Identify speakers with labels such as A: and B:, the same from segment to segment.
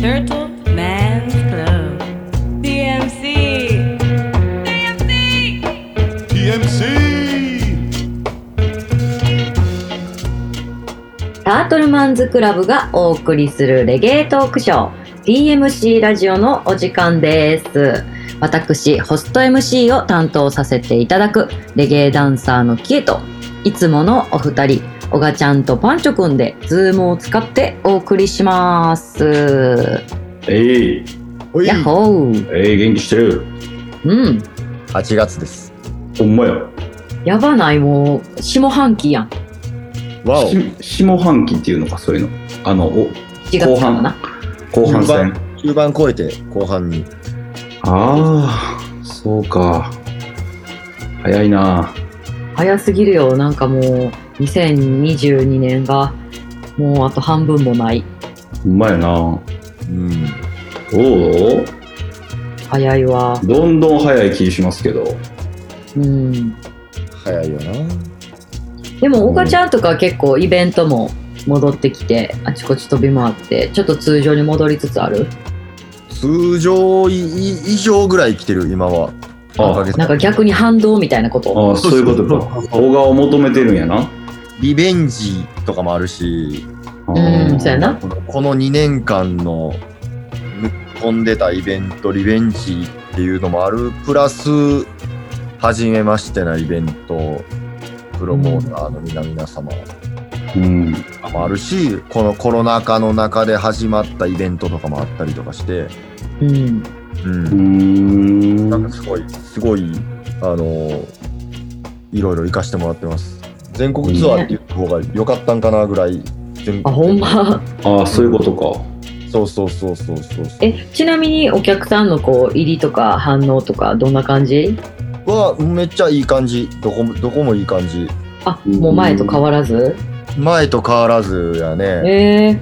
A: Turtle Man's Club. DMC. DMC.
B: TMC!
C: タートルマンズクラブがお送りするレゲエトークショー DMC ラジオのお時間です私ホスト MC を担当させていただくレゲエダンサーのキエといつものお二人オガちゃんとパンチョくんでズームを使ってお送りします
D: えい、
B: おい
C: ヤッホー
D: えい、元気してる。
C: うん
E: 8月です。
D: ほんまや。
C: やばないもう下半期やん
E: わお。
D: し下半期っていうのか、そういうの。あの、お
C: 7月かな
D: 後半戦。
E: 中盤超えて後半に。
D: ああ、そうか。早いな。
C: 早すぎるよなんかもう2022年がもうあと半分もない
D: ほんまやな。ど
E: うん。
D: う
C: 早いわ
D: どんどん早い気しますけど。
C: うん
E: 早いよな。
C: でも岡ちゃんとか結構イベントも戻ってきてあちこち飛び回ってちょっと通常に戻りつつある
E: 通常いい以上ぐらい来てる、今は。
D: あ
E: おかげ
C: なんか逆に反動みたいなこと
D: ああ、そういうことか。動画を求めてるんやな。
E: リベンジとかもあるし、
D: う
C: うんそうやな
E: このこの2年間のぶっ込んでたイベント、リベンジっていうのもある、プラス、初めましてなイベント、プロモーターの皆々様
D: うん。
E: もあるし、このコロナ禍の中で始まったイベントとかもあったりとかして、
C: うん
E: うん
D: うーん。
E: なんかすごい、すごい、あのーいろいろ行かしてもらってます。全国ツアーっていう方が良かったんかなぐらい、全
C: あほんま
D: ああ、そういうことか。
E: そうそうそうそうそうそう。
C: えちなみにお客さんのこう入りとか反応とかどんな感じ
E: は、めっちゃいい感じ。どこも、どこもいい感じ。
C: あもう前と変わらず
E: 前と変わらずやね。
C: ええ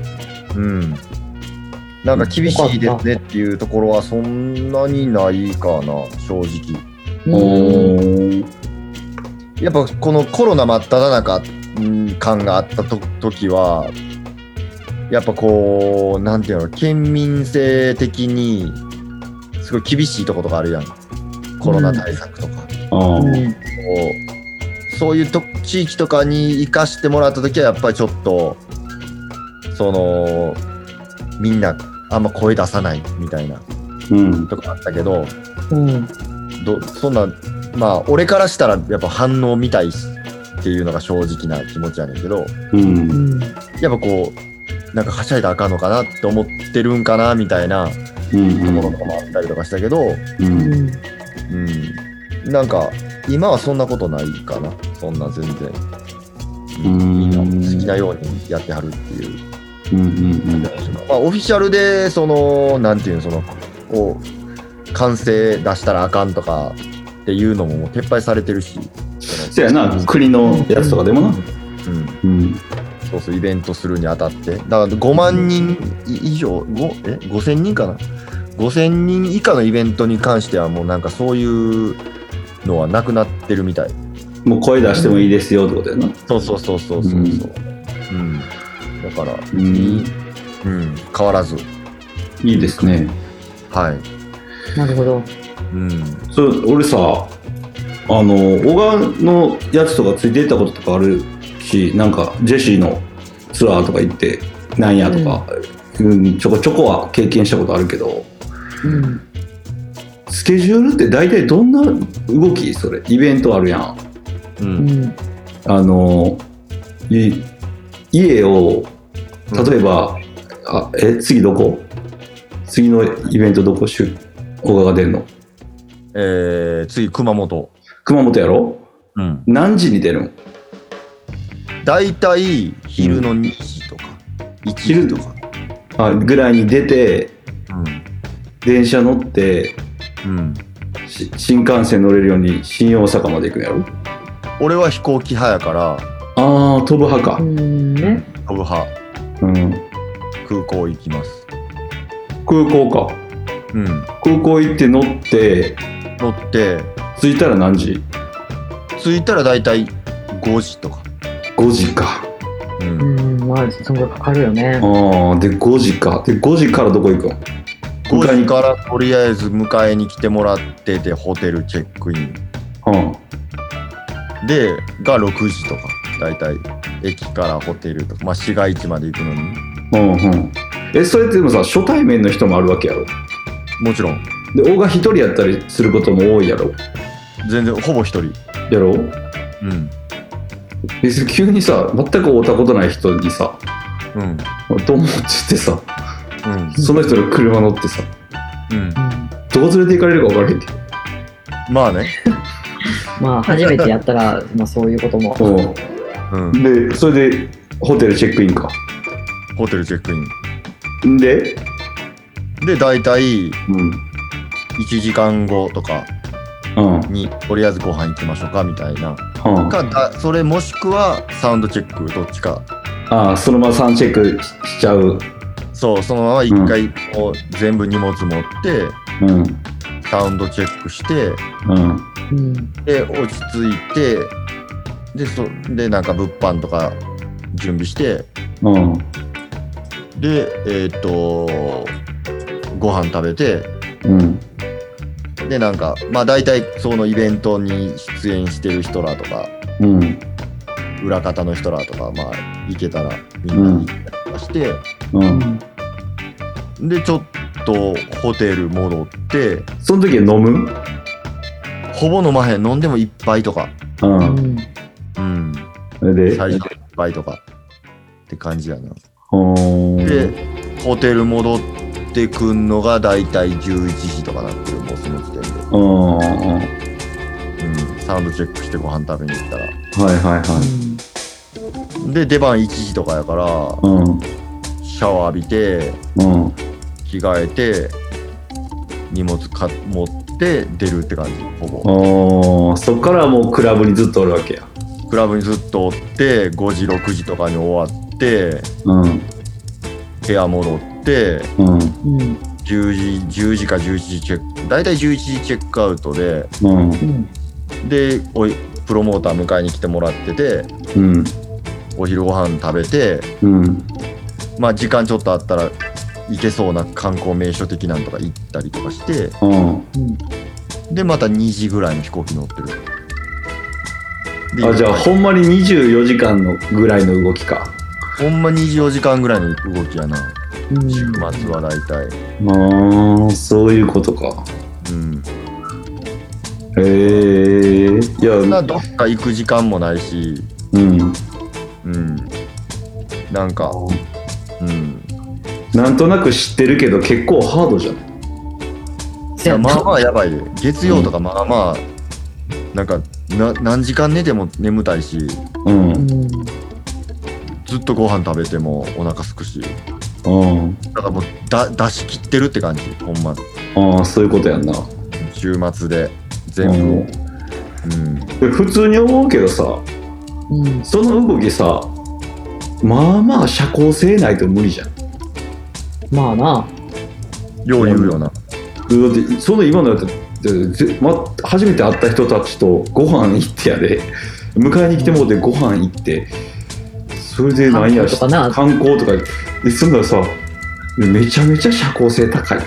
E: うん。なんか厳しいですねっていうところはそんなにないかな、正直。
C: ー、うん
D: おー
E: やっぱこのコロナ真っ只中うん感があったと時はやっぱこうなんていうの県民性的にすごい厳しいとことかあるやんコロナ対策とか、
D: ああ。
C: うん
E: こうそういうと地域とかに生かしてもらった時はやっぱりちょっとそのみんなあんま声出さないみたいな
D: うん。
E: とかあったけど
C: うん
E: どそんなまあ俺からしたらやっぱ反応見たいしっていうのが正直な気持ちやねんけど
D: うん
C: う。ん
E: やっぱこうなんかはしゃいだらあかんのかなって思ってるんかなみたいなと
D: う
E: こ
D: ん。
E: ろとかもあったりとかしたけど、うん
D: うん。
E: なんか今はそんなことないかなそんな全然、
D: うん
E: みんな好きなようにやってはるっていう
D: うんうん
E: まあ、オフィシャルでそのなんていうのそのこう完成出したらあかんとかっていうのももう撤廃されてるし、
D: そやな、国のやつとかでもな。
E: うん、
D: うん。
E: そうそうイベントするにあたってだから5万人以上5え5000人かな5000人以下のイベントに関してはもうなんかそういうのはなくなってるみたい
D: もう声出してもいいですよってことやな。
E: そうそうそうそうそうそう、う
D: うんん
E: だから、う
D: うん
E: ん変わらず
D: いいですね。
E: はい、
C: なるほど
E: うん、
D: それ俺さ、あの、小川のやつとかついていったこととかあるし、なんか、ジェシーのツアーとか行って、なんやとか、うん、ちょこちょこは経験したことあるけど、
C: うん
D: スケジュールって大体どんな動きそれ、イベントあるやん。
E: う、
C: うんん
D: あのい家を例えば、あえ次どこ次のイベントどこしゅ小川が出るの
E: えー、次熊本
D: 熊本やろ
E: うん
D: 何時に出るん
E: 大体昼の2時とか、1時とか
D: あぐらいに出て
E: う
D: 電車乗って
E: ん、うん、
D: し新幹線乗れるように新大阪まで行くんやろ
E: 俺は飛行機派やから
D: ああ飛ぶ派
C: う
D: か、
C: んね
E: 飛ぶ派
D: うん、
E: 空港行きます。
D: 空港か
E: うん。
D: 空港行って乗って
E: 乗って、
D: 着いたら何時
E: 着いたら大体5時とか。
D: 5時か
E: う。
C: うんん考えるとすごいかかるよね。
D: ああで5時かで5時からどこ行くの
E: 5
D: 迎えに
E: 時からとりあえず迎えに来てもらっててホテルチェックイン
D: うん
E: でが6時とかだいたい駅からホテルとか、まあ、市街地まで行くのに
D: うんうんえそれってでもさ初対面の人もあるわけやろ
E: もちろん
D: で大が一人やったりすることも多いやろ
E: 全然ほぼ一人
D: やろ
E: うん
D: えそれ急にさ全く会ったことない人にさ
E: うん
D: 友達ってさ
E: うん
D: その人の車乗ってさ
E: うん
D: どこ連れて行かれるか分からへんけど
E: まあね
C: まあ初めてやったらまあそういうことも。
D: う
E: うん
D: んでそれでホテルチェックインか
E: ホテルチェックイン
D: んで
E: でだいたい
D: う
E: 1
D: ん
E: 時間後とか
D: うんうん
E: にとりあえずご飯行きましょうかみたいなかだそれもしくはサウンドチェックどっちか
D: ああそのままサウンドチェックししちゃう
E: そうそのまま一回もう全部荷物持って
D: うん
E: サウンドチェックして
D: うん
C: うん。
E: で落ち着いてでそでなんか物販とか準備して
D: うん
E: でえっ、とご飯食べて
D: うん
E: でなんかまあ大体そのイベントに出演してる人らとか
D: うん
E: 裏方の人らとかまあ行けたらみんなに行ったりとかして、
D: うん
E: でちょっとホテル戻って
D: その時は飲む
E: ほぼ飲まへん飲んでも一杯とか
D: う
C: うんん。
E: うん
D: それで
E: 最初の一杯とかって感じやな
D: うん
E: でホテル戻ってくんのが大体11時とかなってるもうその時点
D: うんはい
E: で、うん、サウンドチェックしてご飯食べに行ったら
D: はいは
E: で出番1時とかやから
D: いうん
E: シャワー浴びて
D: うん
E: 着替えて荷物か持って出るって感じほぼ
D: おーそっからはもうクラブにずっとおるわけや
E: クラブにずっとおって5時6時とかに終わって
D: うん
E: 部屋戻って
D: うん
C: うん。
E: 10時10時か11時チェック大体11時チェックアウトで
D: うん
C: うん。
E: でおいプロモーター迎えに来てもらってて
D: うん
E: お昼ご飯食べて
D: うん
E: まあ時間ちょっとあったら行けそうな観光名所的なんとか行ったりとかして
D: うん
E: でまた2時ぐらいに飛行機乗ってるで
D: あじゃあほんまに24時間のぐらいの動きか
E: ほんま24時間ぐらいの動きやな
C: うん。
E: 週末は大体
D: ああそういうことか
E: うん
D: へえいや
E: そんなどっか行く時間もないし
D: うん
E: うんなんかうん
D: なんとなく知ってるけど結構ハードじゃん
E: いやまあまあやばいで月曜とかまあまあ、なんかな何時間寝ても眠たいし
D: うん
C: うん。
E: ずっとご飯食べてもお腹すくし
D: うん
E: だからもうだ出し切ってるって感じほんま
D: ああそういうことやんな
E: 週末で全部をうん
D: うん普通に思うけどさ
C: うん。
D: その動きさまあまあ社交性ないと無理じゃん
C: まあな。
E: よう言うよな
D: だってその今のやつぜま、初めて会った人たちとご飯行ってやで迎えに来てもうてご飯行ってそれで何や
C: 観光と
D: し
C: かな
D: 観光とかでそんならさめちゃめちゃ社交性高い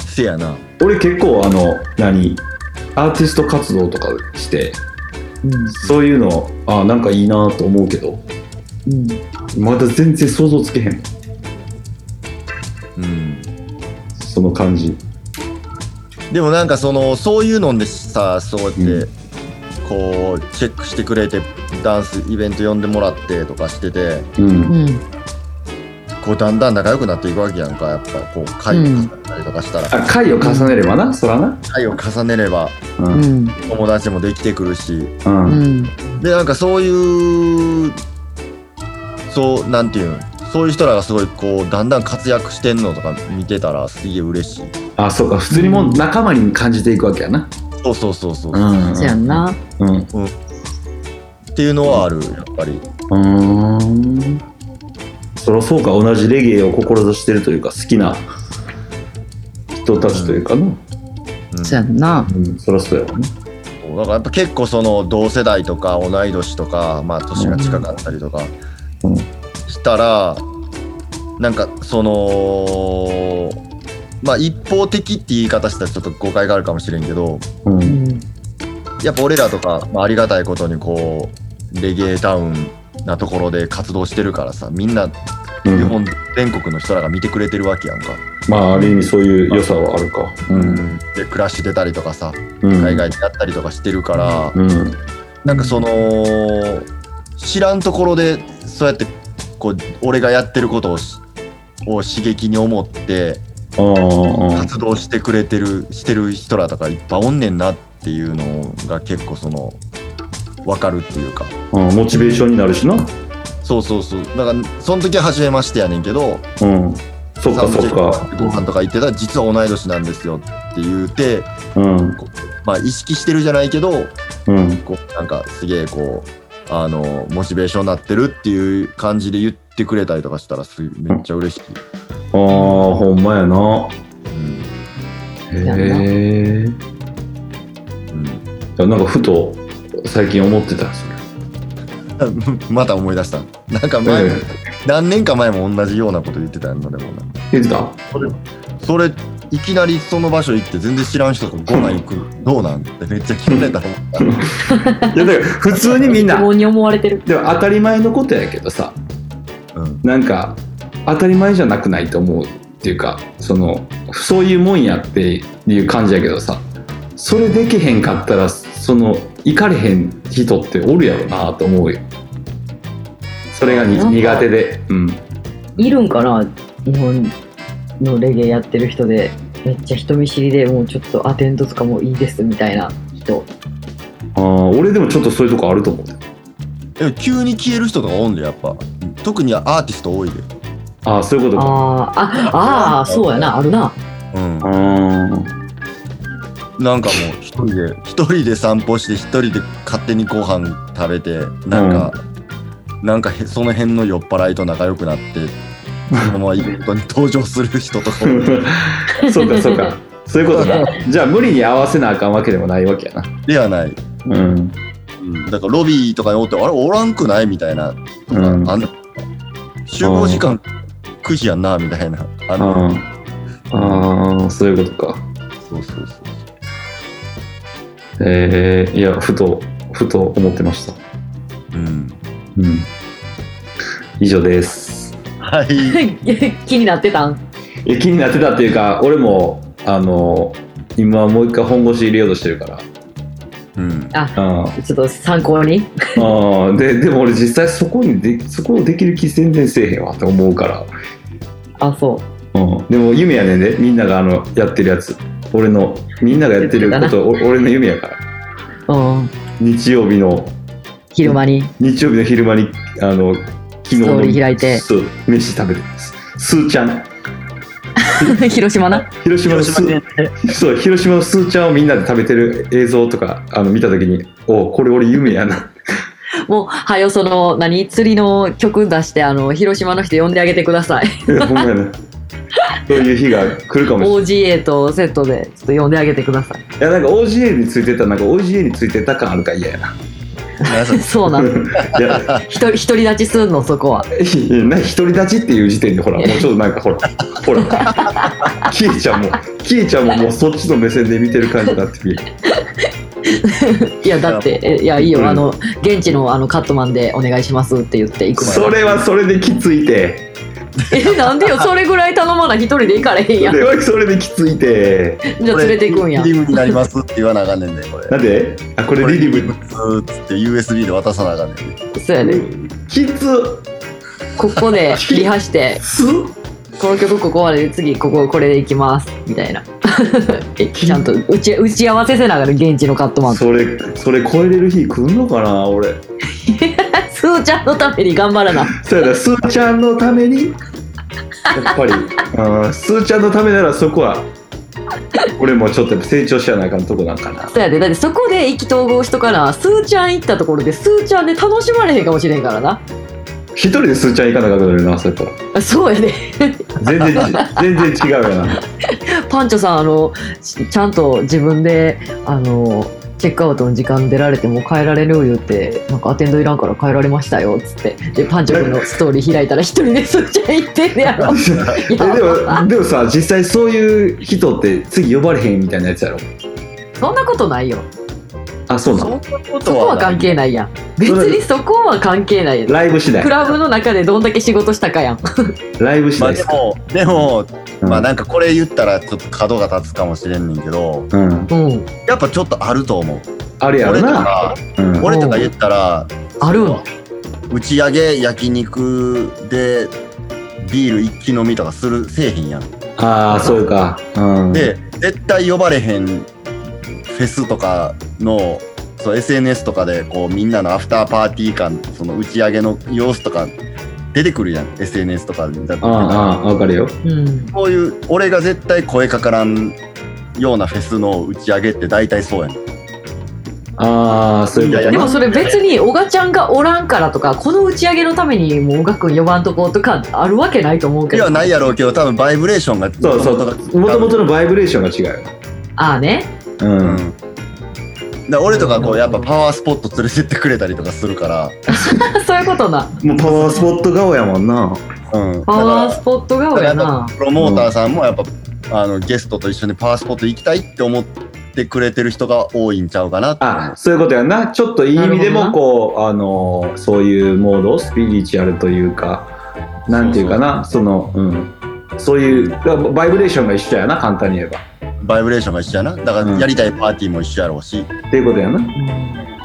E: せやな
D: 俺結構あの何アーティスト活動とかして
C: うん。
D: そういうのあなんかいいなと思うけど
C: うん。
D: まだ全然想像つけへん
E: うん
D: その感じ
E: でもなんかそのそういうのでさそうやって、
D: う
E: こうチェックしてくれてダンスイベント呼んでもらってとかしてて
D: うん
C: うん。
E: こうだんだん仲良くなっていくわけやんかやっぱこう会を重ねたりとかしたら、
D: あ回を重ねればなそらな
E: 会を重ねれば
D: う
C: うんん。
E: 友達もできてくるし
D: うんうん
C: うん。
E: でなんかそういうそうなんていうんそういう人らがすごいこうだんだん活躍してんのとか見てたらすげえ嬉しい
D: あそうか普通にもう仲間に感じていくわけやな
E: そうそうそうそう、っ
D: ん
C: そうやんな。
D: うん
E: ていうのはあるやっぱり
D: うーんそりゃそうか同じレゲエを志してるというか好きな人たちというかな、
E: うん
C: そうやんな。
D: うん、そりゃそうやわね
E: だからやっぱ結構その同世代とか同い年とか、まあ、年が近かったりとかったらなんかそのまあ一方的って言い方したらちょっと誤解があるかもしれんけど
D: うん
C: う
D: うん
C: ん
E: やっぱ俺らとか、まあ、ありがたいことにこうレゲエタウンなところで活動してるからさみんな日本全国の人らが見てくれてるわけやんか、
D: まあある意味そういう良さはあるかうん
E: でクラッシュ出たりとかさ
D: うん
E: 海外でやったりとかしてるから、
D: うん
E: なんかその知らんところでそうやってこう俺がやってることをしを刺激に思って
D: ああ
E: 活動してくれてるしてる人らとかいっぱいおんねんなっていうのが結構その分かるっていうか
D: ああモチベーションになるしな
E: そうそうそうだからその時は初めましてやねんけど
D: うんそっかそ
E: サ
D: っか
E: ンドイッチご飯とか行ってたら実は同い年なんですよって言うて
D: うん
E: まあ意識してるじゃないけど
D: うん
E: こうなんかすげえこうあのモチベーションになってるっていう感じで言ってくれたりとかしたらすめっちゃ嬉しい、
D: ああほんまやな
E: うん
D: へえ
E: う
D: なんかふと最近思ってたそれ
E: ん、また思い出したなんか前も、
D: ええ
E: 何年か前も同じようなこと言ってたのでもな
D: 言ってた
E: それいきなりその場所行って全然知らん人とご飯行くどうなんってめっちゃ聞かれたと思った
D: いやだから普通にみん
C: 希
D: な
C: 望に思われてる。
D: でも当たり前のことやけどさ
E: うん
D: なんか当たり前じゃなくないと思うっていうかそのそういうもんやっていう感じやけどさそれできへんかったらその行かれへん人っておるやろなと思うよそれがに
C: なんか
D: 苦手でうん
C: いるんかな日本のレゲエやってる人でめっちゃ人見知りでもうちょっとアテンドとかもいいですみたいな人
D: あー俺でもちょっとそういうとこあると思う
E: でも急に消える人とかおんでやっぱ特にアーティスト多いで
D: ああそういうことか
C: あーああーそうやなあるな
E: うん
D: あー
E: なんかもう一人で一人で散歩して一人で勝手にご飯食べてなんか、なんかへその辺の酔っ払いと仲良くなってそのままイベントに登場する人とか
D: そうかそうかそういうことかじゃあ無理に合わせなあかんわけでもないわけやな
E: ではない、
D: うん
E: だからロビーとかにおってあれおらんくないみたいな、
D: うん
E: あんな集合時間9時やんなみたいなあの、
D: ああーそういうことか
E: そうそうそう
D: えー、いやふとふと思ってました
E: うん
D: うん以上です
E: はい
C: 気になってたん
D: え気になってたっていうか俺もあの今もう一回本腰入れようとしてるから
E: うん
D: あ
C: ちょっと参考に
D: あででも俺実際そこにでそこをできる気全然せえへんわって思うから、
C: あそう
D: うん、でも夢やねんでみんながあのやってるやつ俺のみんながやってることお俺の夢やから
C: うん
D: 日曜日の
C: 昼間に
D: 日曜日の昼間にあの昨日
C: ストーリ
D: の
C: ー開いて
D: そう飯食べるすスーちゃん
C: 広島な
D: 広島のス
E: 広島
D: ーそう広島のスーちゃんをみんなで食べてる映像とかあの見た時におこれ俺夢やな
C: もうはよその何釣りの曲出してあの広島の人呼んであげてください
D: ほんまやなそういう日が来るかもしれない
C: OGA とセットでちょっと呼んであげてくださ
D: いやなんか OGA についてたなんか OGA についてた感あるから嫌やな
E: 皆さん
C: いそうなの
D: いや
C: ひと独り立ちすんのそこはい
D: やな独り立ちっていう時点でほらもうちょっとなんかほらほらキエちゃんもキエちゃんももうそっちの目線で見てる感じになってくる
C: いやだってえいやいいよ、
D: うん
C: あの現地のあのカットマンでお願いしますって言って行 く
D: それはそれできついて
C: えなんでよそれぐらい頼まな一人で行かれへんやん
D: そ
C: じ
D: れはそれできついて
C: ゃあ連れて行くんや
E: これリムになりますって言わなあかんねんねこれ
D: なんであこれリリブ
E: ブつって USB で渡さなあかんねんね
C: そうやね
D: きつ
C: ここでリハして
D: す
C: この曲ここまで次こここれで行きますみ たいなえちゃんと打ち打ち合わせせながら現地のカット マンと
D: それそれ超えれる日来んのかな俺
C: すーちゃんのために頑張らな
D: そ うやなすーちゃんのためにやっぱりうんすーちゃんのためならそこは俺もちょっと成長しやなあかんとこなんかな
C: そうやでだってそこで意気投合しとかなすーちゃん行ったところですーちゃんで楽しまれへんかもしれんからな
D: 一人ですーちゃん行かなかったのになそうやったら
C: あそうやで
D: 全然ち全然違うよな
C: パンチョさんあのちちゃんと自分であのチェックアウトの時間出られてもう帰られる言うてなんかアテンドいらんから帰られましたよっつってでパンチョ君のストーリー開いたら一人でそっちゃ行ってんねやろ
D: えでもでもさ実際そういう人って次呼ばれへんみたいなやつやろ
C: そんなことないよ
D: あそうなの
E: こ
C: そこは関係ないやん別にそこは関係ないよ
D: ライブ次第
C: クラブの中でどんだけ仕事したかやん
D: ライブ次
E: まあ
D: 第
E: で
D: です、
E: も、でも、
D: うん
E: まあなんかこれ言ったらちょっと角が立つかもしれんねんけど、
D: う
C: う
D: ん
C: ん
E: やっぱちょっとあると思う。
D: あるやろ
E: 俺と
D: な、
E: か、
D: うん、
E: 俺とか言ったら、
C: あるん
E: 打ち上げ焼肉でビール一気飲みとかする製品やん。
D: ああそうかうん
E: で、絶対呼ばれへんフェスとかの、そう SNS とかでこうみんなのアフターパーティー感、その打ち上げの様子とか出てくるやん。SNS とかで。だって
D: ああああわかるよ
C: うん
E: こういう俺が絶対声かからんようなフェスの打ち上げって大体そうやねん。
D: ああそういうこと
E: いやい
C: で
E: や
C: もそれ別に小賀ちゃんがおらんからとかこの打ち上げのためにもう小賀君呼ばんとこうとかあるわけないと思うけ
E: で
C: ど
E: はないやろうけど多分バイブレーションが
D: そうそうもともとのバイブレーションが違うよ
C: ああね
D: う
E: うんん。だから俺とかこうやっぱパワースポット連れてってくれたりとかするから。
C: そういうことな。
D: もうパワースポット顔やもんな
E: うん。
C: パワース
E: だか
C: ポット顔
E: らだからや
C: や
E: っぱ
C: な。
E: プロモーターさんもやっぱ、あのゲストと一緒にパワースポット行きたいって思ってくれてる人が多いんちゃうかなって
D: あそういうことやなちょっといい意味でもこうあのそういうモードスピリチュアルというかなんていうかなそのうんそういうだからバイブレーションが一緒やな簡単に言えば
E: バイブレーションが一緒やな。だからやりたいパーティーも一緒やろうし。
D: っていうことやな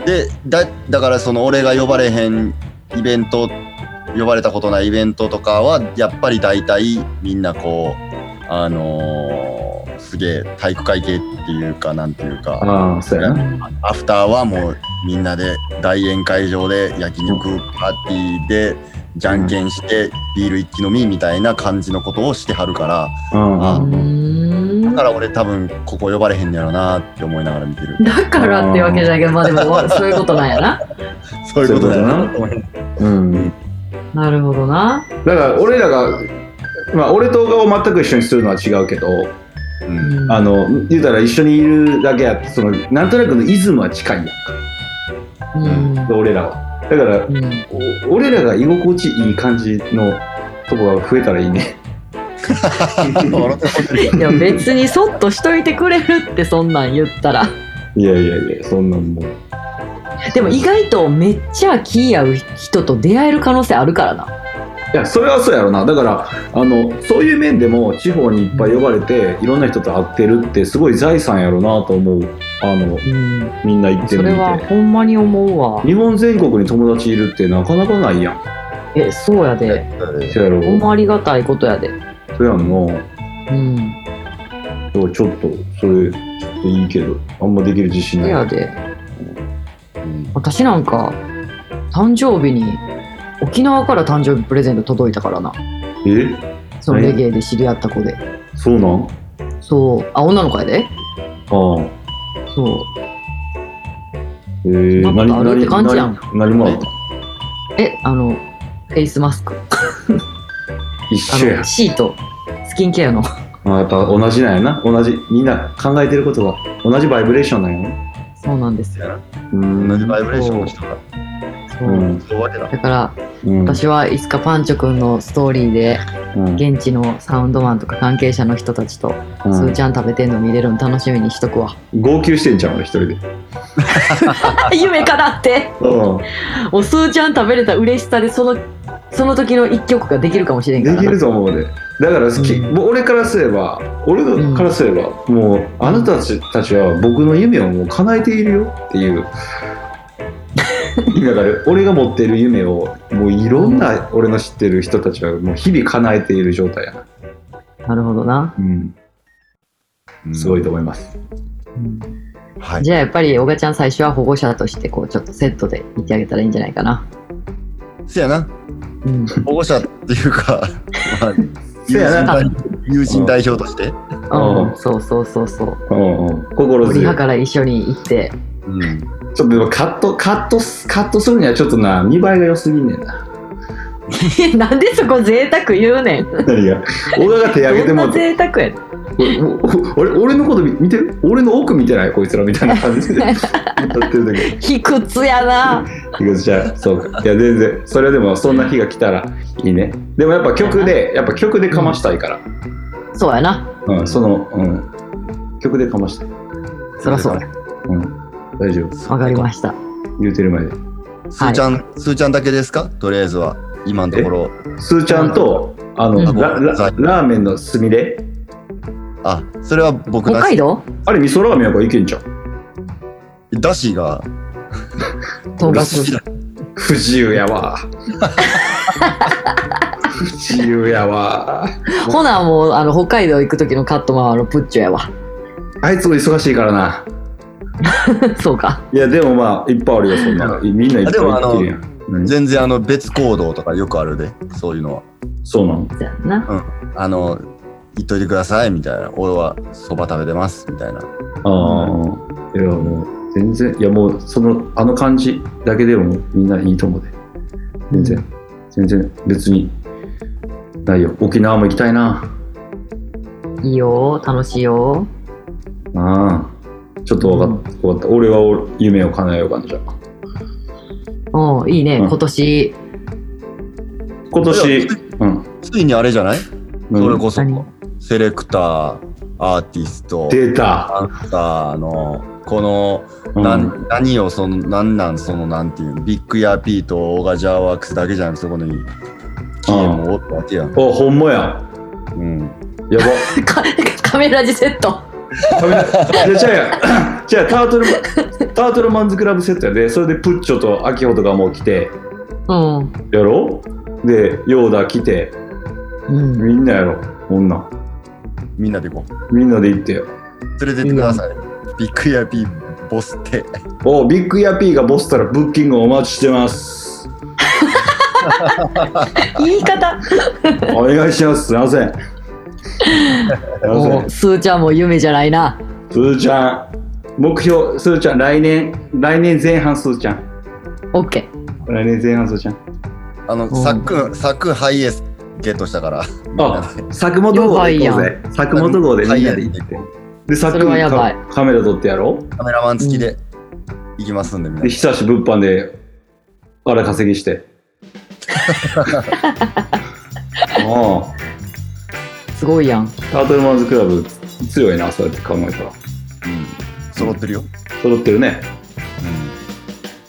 E: でだだからその俺が呼ばれへんイベント呼ばれたことないイベントとかはやっぱり大体みんなこうあのーすげえ体育会系っていうかなんていうか
D: ああそうやな
E: アフターはもうみんなで大宴会場で焼肉パーティーでじゃんけんしてビール一気飲みみたいな感じのことをしてはるから
D: うんうん
C: うん
E: だから俺多分ここ呼ばれへんやろなって思いながら見てる
C: だからってわけじゃないけど、まあでもわそういうことなんやな。
E: そういうことだな
D: うん
C: なるほどな。
D: だから俺らがまあ俺と顔を全く一緒にするのは違うけど
E: うん
D: あの言うたら一緒にいるだけやってそのなんとなくのイズムは近いやんか
C: うん
D: 俺らはだから
C: うん
D: お俺らが居心地いい感じのとこが増えたらいいね
C: いや別にそっとしといてくれるってそんなん言ったら
D: いやいやいやそんなんもう
C: でも意外とめっちゃ気合う人と出会える可能性あるからない
D: やそれはそうやろなだからあのそういう面でも地方にいっぱい呼ばれて、いろんな人と会ってるってすごい財産やろなと思うあの
C: うん
D: みんな行って
C: そ
D: る
C: れ
D: の
C: は
D: 見て
C: ほんまに思うわ
D: 日本全国に友達いるってなかなかないやん
C: えそうやで
D: そうやろ
C: ほんまありがたいことやで
D: そうやんの
C: うん
D: そうちょっとそれちょっといいけどあんまできる自信
C: そ
D: ない
C: やで私なんか誕生日に沖縄から誕生日プレゼント届いたからな
D: え
C: その
D: え
C: レゲエで知り合った子で
D: そうなん
C: そうあ女の子やで
D: ああ
C: そう
D: えー、
C: なんかあるって感じやん
D: 何何もらった
C: えあのフェイスマスク
D: 一
C: あ
D: 緒や
C: のシートスキンケアの
D: あやっぱ同じなんやな同じみんな考えてることが同じバイブレーションなんやな
C: そうなんですよ
D: うん
E: 同じバイブレーションの人が
C: そううん
E: そうわけだ
C: だから
D: うん
C: 私はいつかパンチョくんのストーリーで
D: うん
C: 現地のサウンドマンとか関係者の人たちと
D: うん
C: スーちゃん食べてんの見れるの楽しみにしとくわ
D: 号泣してんじゃん俺一人で
C: 夢かなって
D: う
C: もうスーちゃん食べれた嬉しさでそのその時の一曲ができるかもしれん
D: ん
C: か
D: で
C: ら
D: き
C: な
D: ると思うでだから好き、
C: うん
D: もう俺からすれば俺からすれば、もうあなたたちたちは僕の夢をもう叶えているよっていうだ から俺が持っている夢をもういろんな俺の知ってる人たちはもう日々叶えている状態やな、
C: なるほどな、
D: うん、すごいと思います、
E: はい
C: じゃあやっぱり小賀ちゃん最初は保護者としてこうちょっとセットで見てあげたらいいんじゃないかな
E: せやな
C: うん
E: 保護者っていう か、まあ、
D: せやな
E: 友人代友人代表として、
C: うん、そうそうそうそう。
D: うんうん、心
C: 鳥
D: 強
C: 羽
D: い
C: から一緒に行って、
E: うん、
D: ちょっとでもカットカットすカットするにはちょっとな見栄えが良すぎんねん な
C: なんでそこ贅沢言うねん。
D: 何が小川が手挙げて
C: どん
D: も
C: な
D: うて
C: 贅沢やね
D: 俺俺のこと見てる俺の奥見てないこいつらみたいな 感じでやってる時
C: 卑屈やな。
D: いやじゃあそうかいや全然それでもそんな日が来たらいいねでもやっぱ曲でやっぱ曲でかましたいから、
C: そうやな。
D: うん、その、うん、曲でかましたい
C: そらそうや。
D: うん大丈夫
C: わかりました。
D: 言うてる前です
E: ーちゃん、すーちゃんだけですかとりあえずは、今のところ。
D: すーちゃんとあの、
C: うん
D: ラララーメンのすみれ
E: あ、それは僕だ
C: 北海
E: し。
C: 道
D: あれ味噌ラーメンやからいけんじゃん
E: だしが、
C: 東
E: だ
C: 北
E: し。だ
D: 不自由 やわ不自由やわ
C: ほなもうあの北海道行く時のカットマンはあのプッチョやわ。
D: あいつも忙しいからな
C: そうか。
D: いやでもまあいっぱいあるよそんなのみんないっぱい行ってるやん何
E: 全然あの別行動とかよくあるで、そういうのは。
D: そうなの
C: そうやな。
E: あの、言っといてくださいみたいな。俺はそば食べてますみたいな。
D: ああ、いやもう全然、いやもうそのあの感じだけでもみんないいと思うで。全然、全然別にないよ。沖縄も行きたいな。
C: いいよ、楽しいよ。
D: ああ、ちょっと分かった。わかった俺は俺夢を叶えようかな、じゃあ。
C: うん、いいね、
D: うん
C: 今年。
D: 今年、うん。
E: ついにあれじゃない
D: うん
E: それこそ
C: 何、
E: セレクター、アーティスト、
D: 出た。
E: ダンサーの、この、
D: うん
E: なん何をそのなんなんそのなんていうのビッグヤーピーとオガジャーワークスだけじゃなくそこにキーもおったわけやん、
D: あ、ほんまや。
E: うん、
D: やば。
C: かカメラジセット。
D: 食べないいやじゃあやじゃあ タートルマンタートルマンズクラブセットやでそれでプッチョとアキホとかも来て
C: うん。
D: やろでヨーダ来て
C: うん、
D: みんなやろこんなん
E: みんなで行こ
D: みんなで行ってよ。
E: う連れてってくださいビッグヤーピーボスって
D: おビッグヤピーがボスたらブッキングお待ちしてます。
C: 言い方
D: お願いします。すいません。すいませ
C: もう、
D: ん。
C: すーちゃんも夢じゃないな。
D: すーちゃん、目標、すーちゃん、来年、来年前半すーちゃん。
C: オッケー。
D: 来年前半すーちゃん。
E: あの
C: うん
E: さっくんさっくんハイエースゲットしたから
D: あ、作元号で行こうぜ。作元号でみんなで行って。で、さっ
C: それはやばい
D: くカメラ撮ってやろ
E: カメラマン付きで行きますんでみんな
D: う。で、久し物販で、荒稼 ぎして。ああ、
C: すごいやん。
D: タートルマンズクラブ強いな、そうやって考えたら。
E: うん、揃ってるよ、
D: 揃ってるね。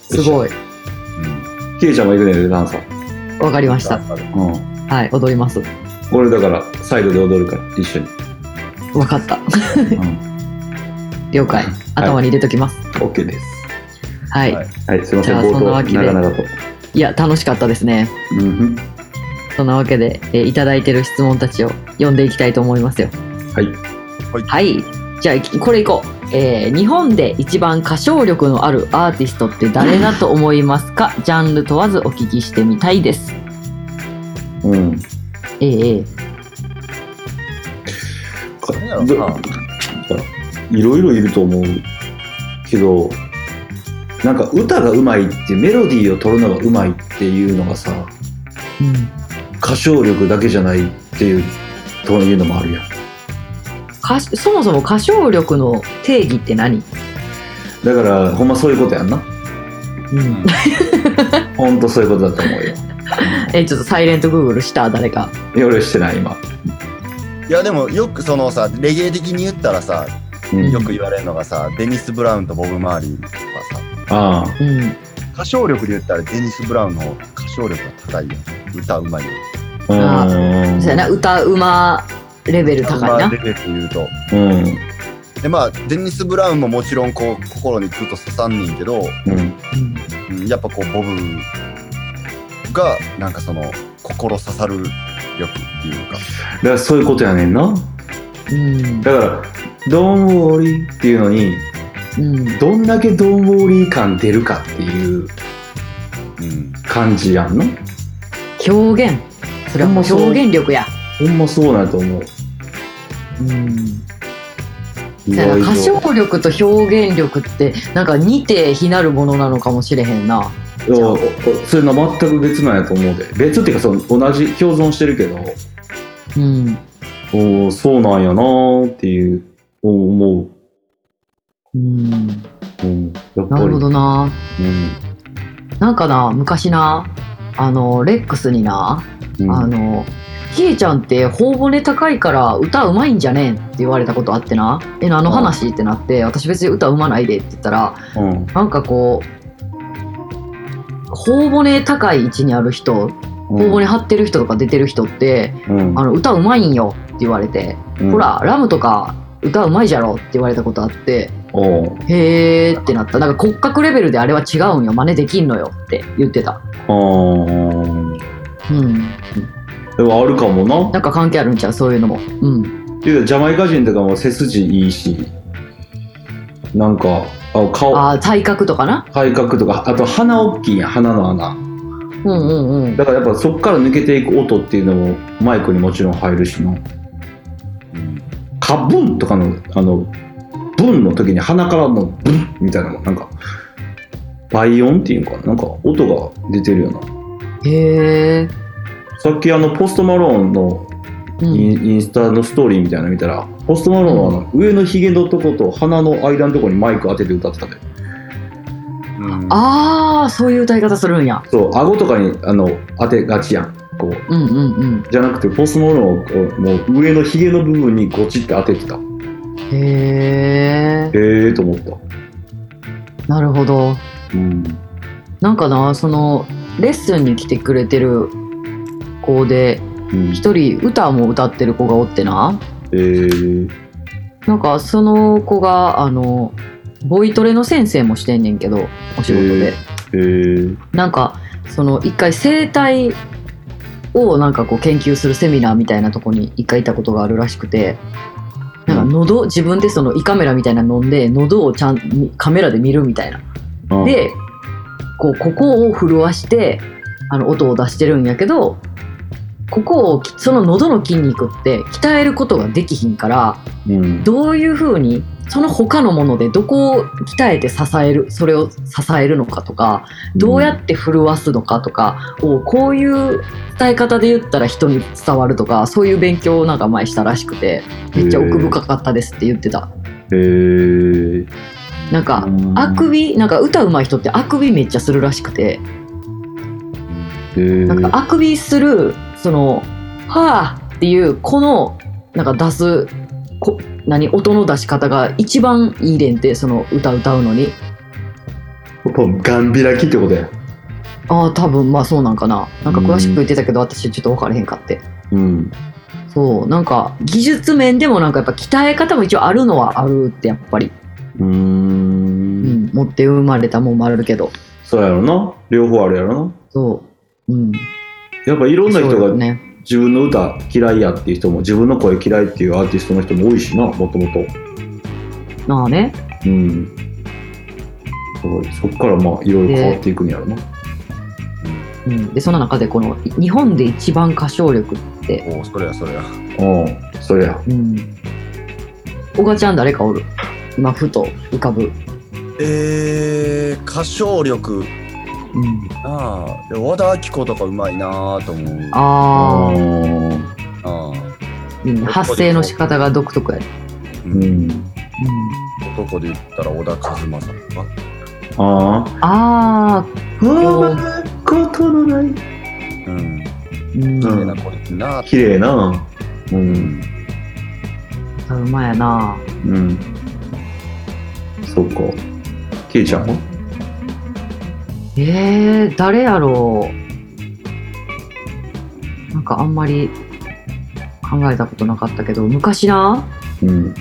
C: すごい。
E: うんうん
D: キエちゃんも行くねんで、ダンサー。
C: わかりました。
D: うん。
C: はい、踊ります。
D: 俺だからサイドで踊るから一緒 に、
C: わかった。
D: うん、
C: 了解。頭に入れときます。
D: OK です
C: はい。
E: はい
C: い、
D: はいすいませ
C: じゃ
D: ん
C: あ
D: 冒
C: そんな
D: 頭
C: わけで
D: 長々と、
C: や、楽しかったですね。
D: うん
C: そんなわけで、えーいただいてる質問たちを読んでいきたいと思いますよ。
D: ふん、はい
C: はい。じゃあ、いきこれいこう。えー日本で一番歌唱力のあるアーティストって誰だと思います かジャンル問わずお聞きしてみたいです。
D: うん
C: えー、
D: か
E: 何やろう
D: ど
E: な
D: ないろいろいると思うけどなんか歌がうまいってメロディーを取るのがうまいっていうのがさ
C: うん。
D: 歌唱力だけじゃないっていうというのもあるやん
C: 歌しそもそも歌唱力の定義って何
D: だからほんまそういうことやんな
C: うん。
D: ほんとそういうことだと思うよ
C: えーちょっとサイレントグーグルした誰か。
D: いや俺してない今、
E: いやでもよくそのさレゲエ的に言ったらさ
D: うん、
E: よく言われるのがさデニス・ブラウンとボブ・マーリーとかさ
D: ああ
C: うん。
E: 歌唱力で言ったらデニス・ブラウンの方が歌唱力が高いよ歌うまいよ
D: う
C: あ
D: ーん
C: そうやな、歌うまレベル高い
E: まあ
C: な
E: レ。ベルで言うと
D: うん
E: でまあデニス・ブラウンももちろんこう心にグッと刺さんねんけど、
D: うん
C: うん
E: うんやっぱこうボブがなんかその心刺さる力っていうか
D: だからそういうことやねんな
C: うん。
D: だから「ドンウォーリー」っていうのに
C: うん。
D: どんだけドンウォーリー感出るかっていう
E: うん
D: 感じやんの
C: 表現。それはもう表現力や。
D: ほんまそうなんやと思う
C: うん。
D: 意
C: そうやな
D: 外
C: 歌
D: と
C: 唱力と表現力ってなんか似て非なるものなのかもしれへんな。
D: おおそういうの全く別なんやと思うで別っていうかその同じ共存してるけど
C: うん。
D: おーそうなんやなーっていう思
C: う
D: う。
C: ん。
D: うん、やっぱ
C: な
D: り。
C: るほどな。
D: うん。
C: なんかな、昔な、あの、レックスにな、
D: うん、
C: あの、ひえちゃんって頬骨高いから歌うまいんじゃねえって言われたことあってな、え、あの話ってなって、私別に歌うまないでって言ったら、
D: うん
C: なんかこう、頬骨高い位置にある人、頬骨張ってる人とか出てる人って、
D: うん
C: あの歌うまいんよって言われて、
D: うん
C: ほら、ラムとか歌うまいじゃろって言われたことあって、
D: おー
C: へーってなった。なんか骨格レベルであれは違うんよ、真似できんのよって言ってた。
D: あー
C: うん。
D: でもあるかもな。
C: なんか関係あるんちゃうそういうのも。うん。
D: ていうかジャマイカ人とかも背筋いいし、なんか、あ顔、
C: ああ、体格とかな。
D: 体格とか、あと鼻大きいやん鼻の穴。
C: うんうんうん。
D: だからやっぱそこから抜けていく音っていうのもマイクにもちろん入るしな。カブンとかの、あの、ブンの時に鼻からのブンみたいなのもなんか、倍音っていうのかな。なんか音が出てるような。
C: へえ。
D: さっきあの、ポストマローンの
C: うん
D: インインスタのストーリーみたいなの見たら、ポストマローンはあの上のヒゲのとこと鼻の間のとこにマイク当てて歌ってたで。
E: うん
C: ああ、そういう歌い方するんや。
D: そう、顎とかにあの当てがちやん。こう。
C: うんうん
D: じゃなくて、ポストマローンはこうもう上のヒゲの部分にゴチって当ててた。へ
C: うん。へえ。
D: えーと思った。
C: なるほど。
D: うん。
C: なんかな、その、レッスンに来てくれてる子で、
D: うん、
C: 一人歌も歌ってる子がおってな。
D: えー、
C: なんかその子が、あの、ボイトレの先生もしてんねんけど、お仕事で。
D: へえー、
C: なんかその一回生態をなんかこう研究するセミナーみたいなとこに一回行ったことがあるらしくてなんか喉自分でその胃カメラみたいなの飲んで喉をちゃんカメラで見るみたいな。
D: あ、
C: でこうここを震わしてあの音を出してるんやけどここをその喉の筋肉って鍛えることができひんから
D: うん、
C: どういうふうにその他のものでどこを鍛えて支えるそれを支えるのかとかどうやって震わすのかとかをこういう伝え方で言ったら人に伝わるとかそういう勉強をなんか前したらしくてめっちゃ奥深かったですって言ってた
D: えー、
C: なんかあくびなんか歌うまい人ってあくびめっちゃするらしくて
D: えー、
C: なんかあくびするその「はあ」っていうこのなんか出すこ何音の出し方が一番いいねんってその歌歌うのに
D: こうガン開きってことや。
C: ああ多分まあそうなんかななんか詳しく言ってたけど私ちょっと分からへんかって
D: うん。
C: そうなんか技術面でもなんかやっぱ鍛え方も一応あるのはあるってやっぱり、
D: うー。
C: うんん、持って生まれたもんもあるけど
D: そうやろな。両方あるやろな。
C: そううん
D: やっぱいろんな人
C: そうよ
D: が
C: ね
D: 自分の歌嫌いやっていう人も、自分の声嫌いっていうアーティストの人も多いしな、もともと。
C: まあね
D: うん。そうそっからまあいろいろ変わっていくんやろな。
C: うん、でその中でこの日本で一番歌唱力、
E: おそれやそれや
D: うん。それや。
C: うん、小賀ちゃん誰かおる今ふと浮かぶ、
E: えー、歌唱力
C: うん、
E: ああで和田アキ子とかうまいなあと思うあ
C: ああ、
E: あ
D: あ。
C: うん、発声の仕方が独特やね、
D: うん。
E: 男で言ったら小田和正とか
D: ああ。
C: うん、ああ
D: ああ、ことのない。
E: うん
C: うん、
E: 綺
C: う
E: 麗な子いいなあ
D: 綺麗な。うん。
C: まやな
D: うん。そっか。ケイちゃんは
C: えー、誰やろうなんかあんまり考えたことなかったけど昔な
D: うん。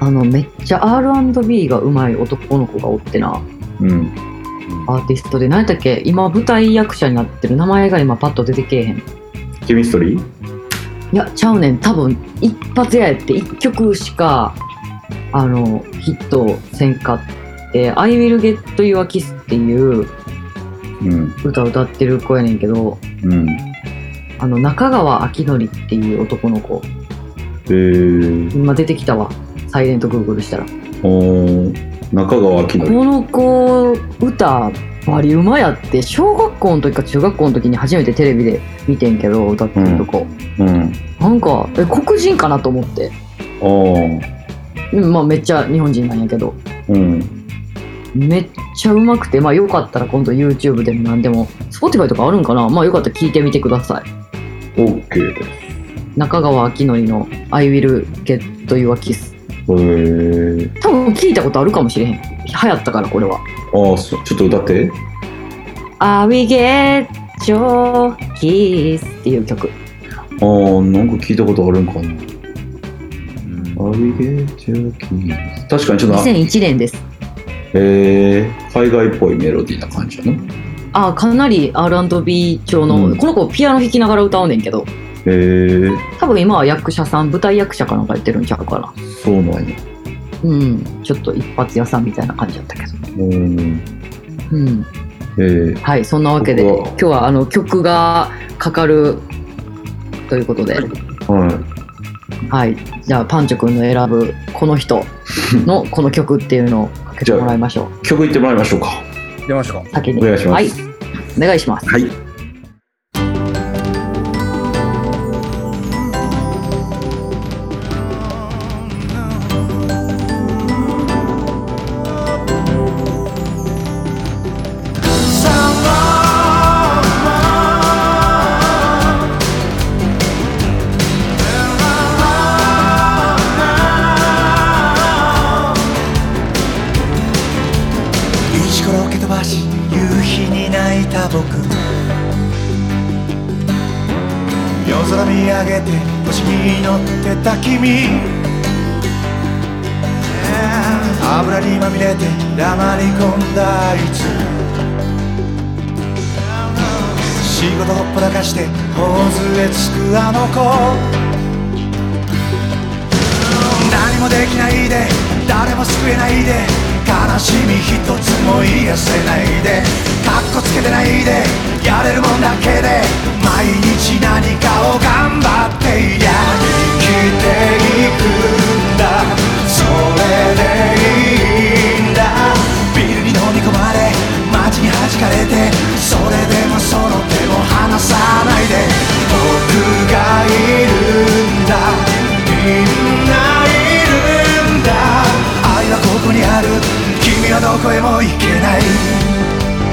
C: あのめっちゃ R&B がうまい男の子がおってな
D: うん。
C: アーティストで何やったっけ今舞台役者になってる名前が今パッと出てけえへん
D: ケミストリー
C: いやちゃうねん多分一発やって一曲しかあのヒットせんかって「I will get you a kiss」っていう
D: うん。
C: 歌歌ってる子やねんけど
D: うん。
C: あの中川明則っていう男の子
D: えー、
C: 今出てきたわサイレントグーグルしたら
D: おー中川明
C: こ
D: 典
C: の子歌バリうまやって小学校の時か中学校の時に初めてテレビで見てんけど歌ってるとこ、
D: うん
C: なんかえ黒人かなと思って
D: あ
C: うんまあめっちゃ日本人なんやけど
D: あうん
C: めっちゃうまくてまあよかったら今度 YouTube でも何でも Spotify とかあるんかなまあよかったら聞いてみてください
D: OK です
C: 中川明典の「I will get your kiss
D: へえ」
C: 多分聞いたことあるかもしれへん流行ったからこれは
D: ああそうちょっと歌って
C: 「I will get your kiss」っていう曲
D: ああなんか聞いたことあるんかな
E: うん
D: アビゲーチューキー確かにちょっとあ
C: 2001年です
D: えー、海外っぽいメロディーな感じだな
C: あかなり R&B 調の、
D: うん
C: この子ピアノ弾きながら歌うねんけど
D: へえー、
C: 多分今は役者さん舞台役者かなんかやってるんちゃうかな
D: そうなんや
C: うんちょっと一発屋さんみたいな感じだったけど
D: うん
C: うん
D: えー、
C: はいそんなわけで
D: 僕は
C: 今日はあの曲がかかるということで、
D: はい
C: はい、じゃあパンチョくんの選ぶこの人 のこの曲っていうのをかけてもらいましょ
D: 曲いってもらいましょうか
E: 出ましたか
C: う先
D: お
C: に
D: 願いします
C: はいお願いします
D: はい
B: 石ころを蹴飛ばし夕日に泣いた僕夜空見上げて星に乗ってた君油にまみれて黙り込んだあいつ仕事ほっぽらかして頬杖つくあの子何もできないで誰も救えないで悲しみ一つも癒せないでかっこつけてないでやれるもんだけで毎日何かを頑張っていりゃ生きていくんだそれでいいんだビルに飲み込まれ街に弾かれてそれでもその手を離さないで僕がいるんだみんないるんだ愛はここにある君はどこへも行けない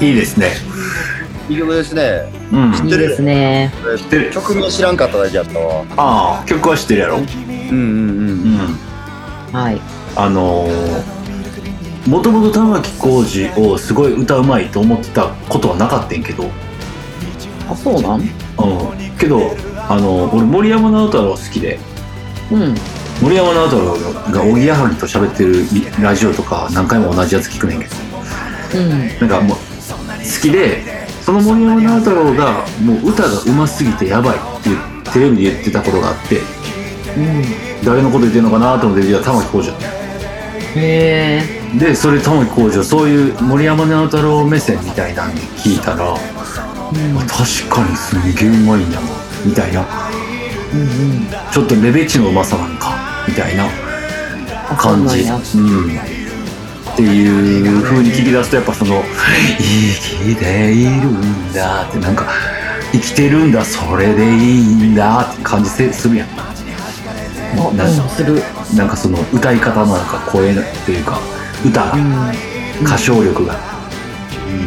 D: いいですね
E: いい曲ですね
D: うん
C: いいですね
D: てる
E: 曲名知らんかっただけやったわ
D: ああ曲は知ってるやろうん
E: うんうんうん
C: はい
D: あのーもともと玉置浩二をすごい歌うまいと思ってたことはなかったんやけど、うん、
C: あそうなん
D: けど、あのー俺森山直太朗好きで
C: うん
D: 森山直太朗がおぎやはぎと喋ってるラジオとか何回も同じやつ聞くねんけど
C: うん
D: なんかもう好きでその森山直太朗がもう歌がうますぎてやばいっていうテレビで言ってたことがあって
C: うん
D: 誰のこと言ってんのかなと思っていや玉置浩二だった
C: へえ
D: でそれ玉置浩二をそういう森山直太朗目線みたいなんで聞いたら、あ確かにすげえうまいんだなみたいな、ちょっとレベチのうまさなんかみたいな感じ
C: あ
D: うんっていう風に聞き出すとやっぱその「生きているんだ」ってなんか「生きてるんだそれでいいんだ」って感じせするやん
C: そうなんやあうんする
D: なんかその歌い方のなんか声っていうか歌が歌唱力が、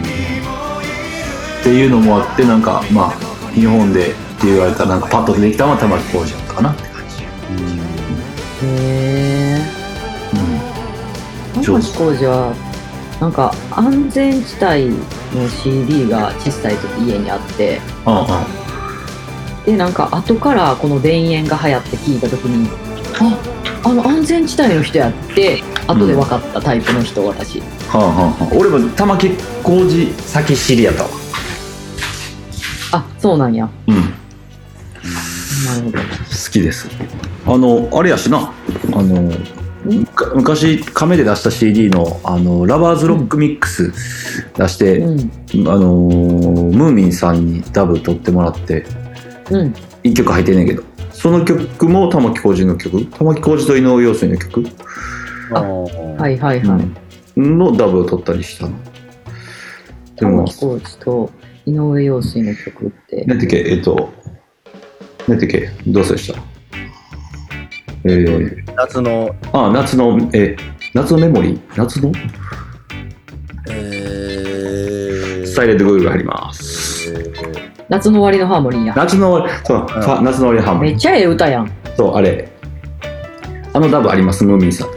D: っていうのもあってなんかまあ日本でって言われたらなんかパッと出てきたのは玉置浩二だったかなって感じ、
C: へえ
D: う
C: 玉置浩二はなんか安全地帯の CD が小さい時家にあって
D: ん、うんうん
C: でなんか後からこの「田園」が流行って聞いた時にああの安全地帯の人やって後で分かったタイプの人私、
D: はあはあはあ、俺も玉置浩二先知りやったわ
C: あそうなんや
D: うん
C: なるほど
D: 好きですあのあれやしなあのむか昔亀で出した CD の「あのラバーズロックミックス」出して、
C: うん
D: あのームーミンさんにダブ取ってもらって
C: うん
D: 1曲入ってんねんけどその曲も玉置浩二の曲玉置浩二と井上陽水の曲、
C: あ
E: は。
C: はいいはいはい、
D: うんのダブを取ったりしたので
C: 玉
D: も
C: 置浩二と井上陽水の曲って
D: 何てっけえっと何てっけどうせでしたえー、
E: 夏の、
D: あ夏のえ夏のメモリー夏の
E: えー、
D: サイレントグールが入ります
E: え
C: 夏の終わりのハーモニーや
D: 夏の終わりそう、さ夏の終わりハーモ
C: め
D: ニ
C: っちゃええ歌やん
D: ーそうあれあのダブありますムーミンさん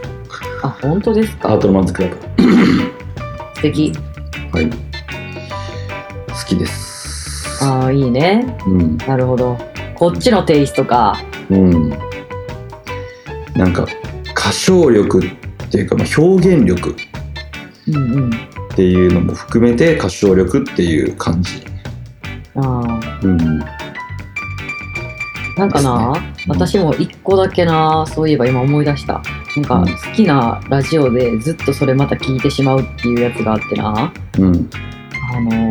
C: あ本当です
D: ア
C: か
D: ートロマンズクラブ
C: 素敵
D: はい好きです
C: ああいいね
D: うん
C: なるほどこっちのテイストか
D: うんなんか歌唱力っていうか、まあ、表現力
C: うんうん
D: っていうのも含めて歌唱力っていう感じ
C: ああ
D: うん
C: なんかな、
D: うん
C: 私も一個だけな、そういえば今思い出した。なんか
D: うん
C: 好きなラジオでずっとそれまた聞いてしまうっていうやつがあってな、
D: うん、
C: あの、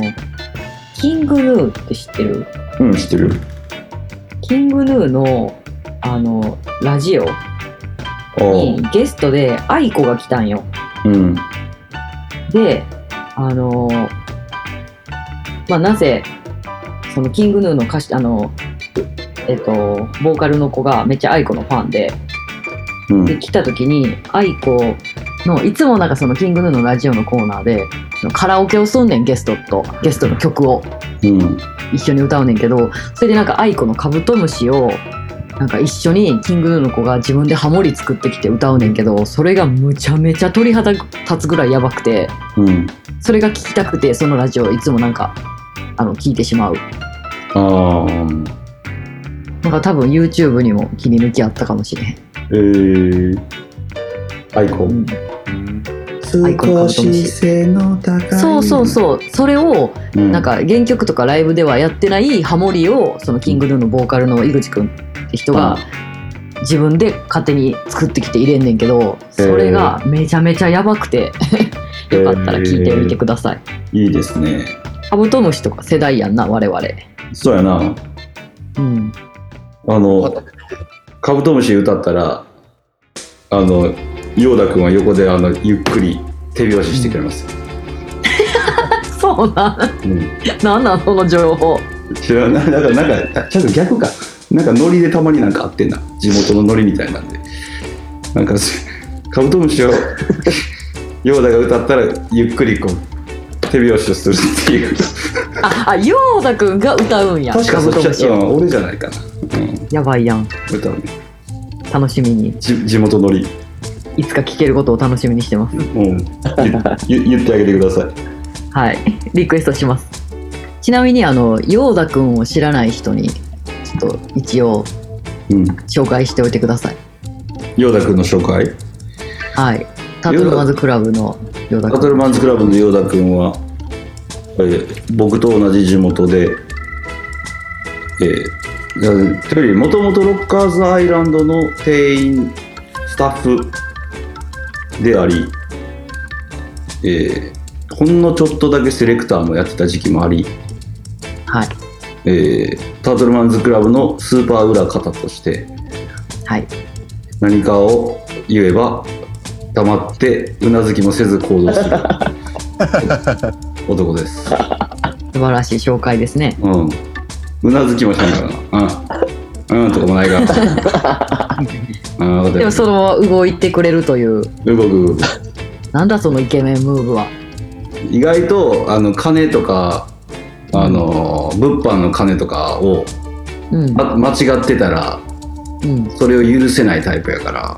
C: キングヌーって知ってる
D: うん、知ってる
C: キングヌーの、あの、ラジオ
D: あ
C: にゲストで愛子が来たんよ。
D: うん
C: で、あの、まあ、なぜ、そのキングヌーの歌詞、あの、えっと、ボーカルの子がめっちゃ愛子のファンで、
D: うん
C: で来た時に愛子のいつもなんかそのキングヌーのラジオのコーナーでそのカラオケをすんねんゲストとゲストの曲を
D: うん
C: 一緒に歌うねんけどそれでなんか愛子のカブトムシをなんか一緒にキングヌーの子が自分でハモリ作ってきて歌うねんけどそれがむちゃめちゃ鳥肌立つぐらいやばくて
D: うん
C: それが聞きたくてそのラジオをいつもなんかあの聞いてしまう
D: ああ
C: なんか多分 YouTube にも切り抜きあったかもしれへん、
D: えー、アイコ
C: う
D: ン
C: んアイコンカブ
D: 少
C: トムシ
D: し背の高い
C: そうそうそうそれを
D: う、
C: なんか原曲とかライブではやってないハモリをそのキングヌーのボーカルの井口くんって人が自分で勝手に作ってきて入れんねんけどそれがめちゃめちゃやばくてよかったら聞いてみてください。
D: いいですね
C: カブトムシとか世代やんな我々。
D: そうやな
C: うん、
D: あのカブトムシ歌ったらあのヨーダ君は横であのゆっくり手拍子してくれます、
C: そうなん
D: うん、
C: なんなんその情報
D: 知らないだからなんかちょっと逆かなんかノリでたまになんかあってんな地元のノリみたいなんでなんかすカブトムシをヨーダが歌ったらゆっくりこう手拍子をするっていう
C: ああヨーダくんが歌うんや
D: 確か
C: カ
D: そ
C: ブト
D: っち
C: ムシ
D: は、う
C: を
D: ん、俺じゃないかな、うん、
C: やばいやん
D: 歌うね
C: 楽しみに
D: じ地元ノリ
C: いつか聴けることを楽しみにしてます。
D: うん、ゆゆ言ってあげてください。
C: はい、 リクエストします。ちなみにあのヨーダくんを知らない人にちょっと一応
D: うん、
C: 紹介しておいてください。
D: ヨーダ君の紹介。
C: はい、タートルマンズクラブのヨーダ
D: タト
C: く
D: ル
C: ん。
D: マンズクラブのヨーダ君は、えー僕と同じ地元で、えーだというよりもともとロッカーズアイランドの店員、スタッフであり、えーほんのちょっとだけセレクターもやってた時期もあり、
C: はい
D: えータートルマンズクラブのスーパー裏方として、
C: はい
D: 何かを言えば黙ってうなずきもせず行動する男です、
C: 素晴らしい紹介ですね。
D: うん、うなずきもしないからなうん、うん、とかもないからうん分かって
C: でも
D: る
C: そのまま動いてくれるという
D: 動く動く
C: なんだそのイケメンムーブは。
D: 意外とあの金とかあの物販の金とかを、
C: うん
D: ま、間違ってたら
C: うん、
D: それを許せないタイプやから、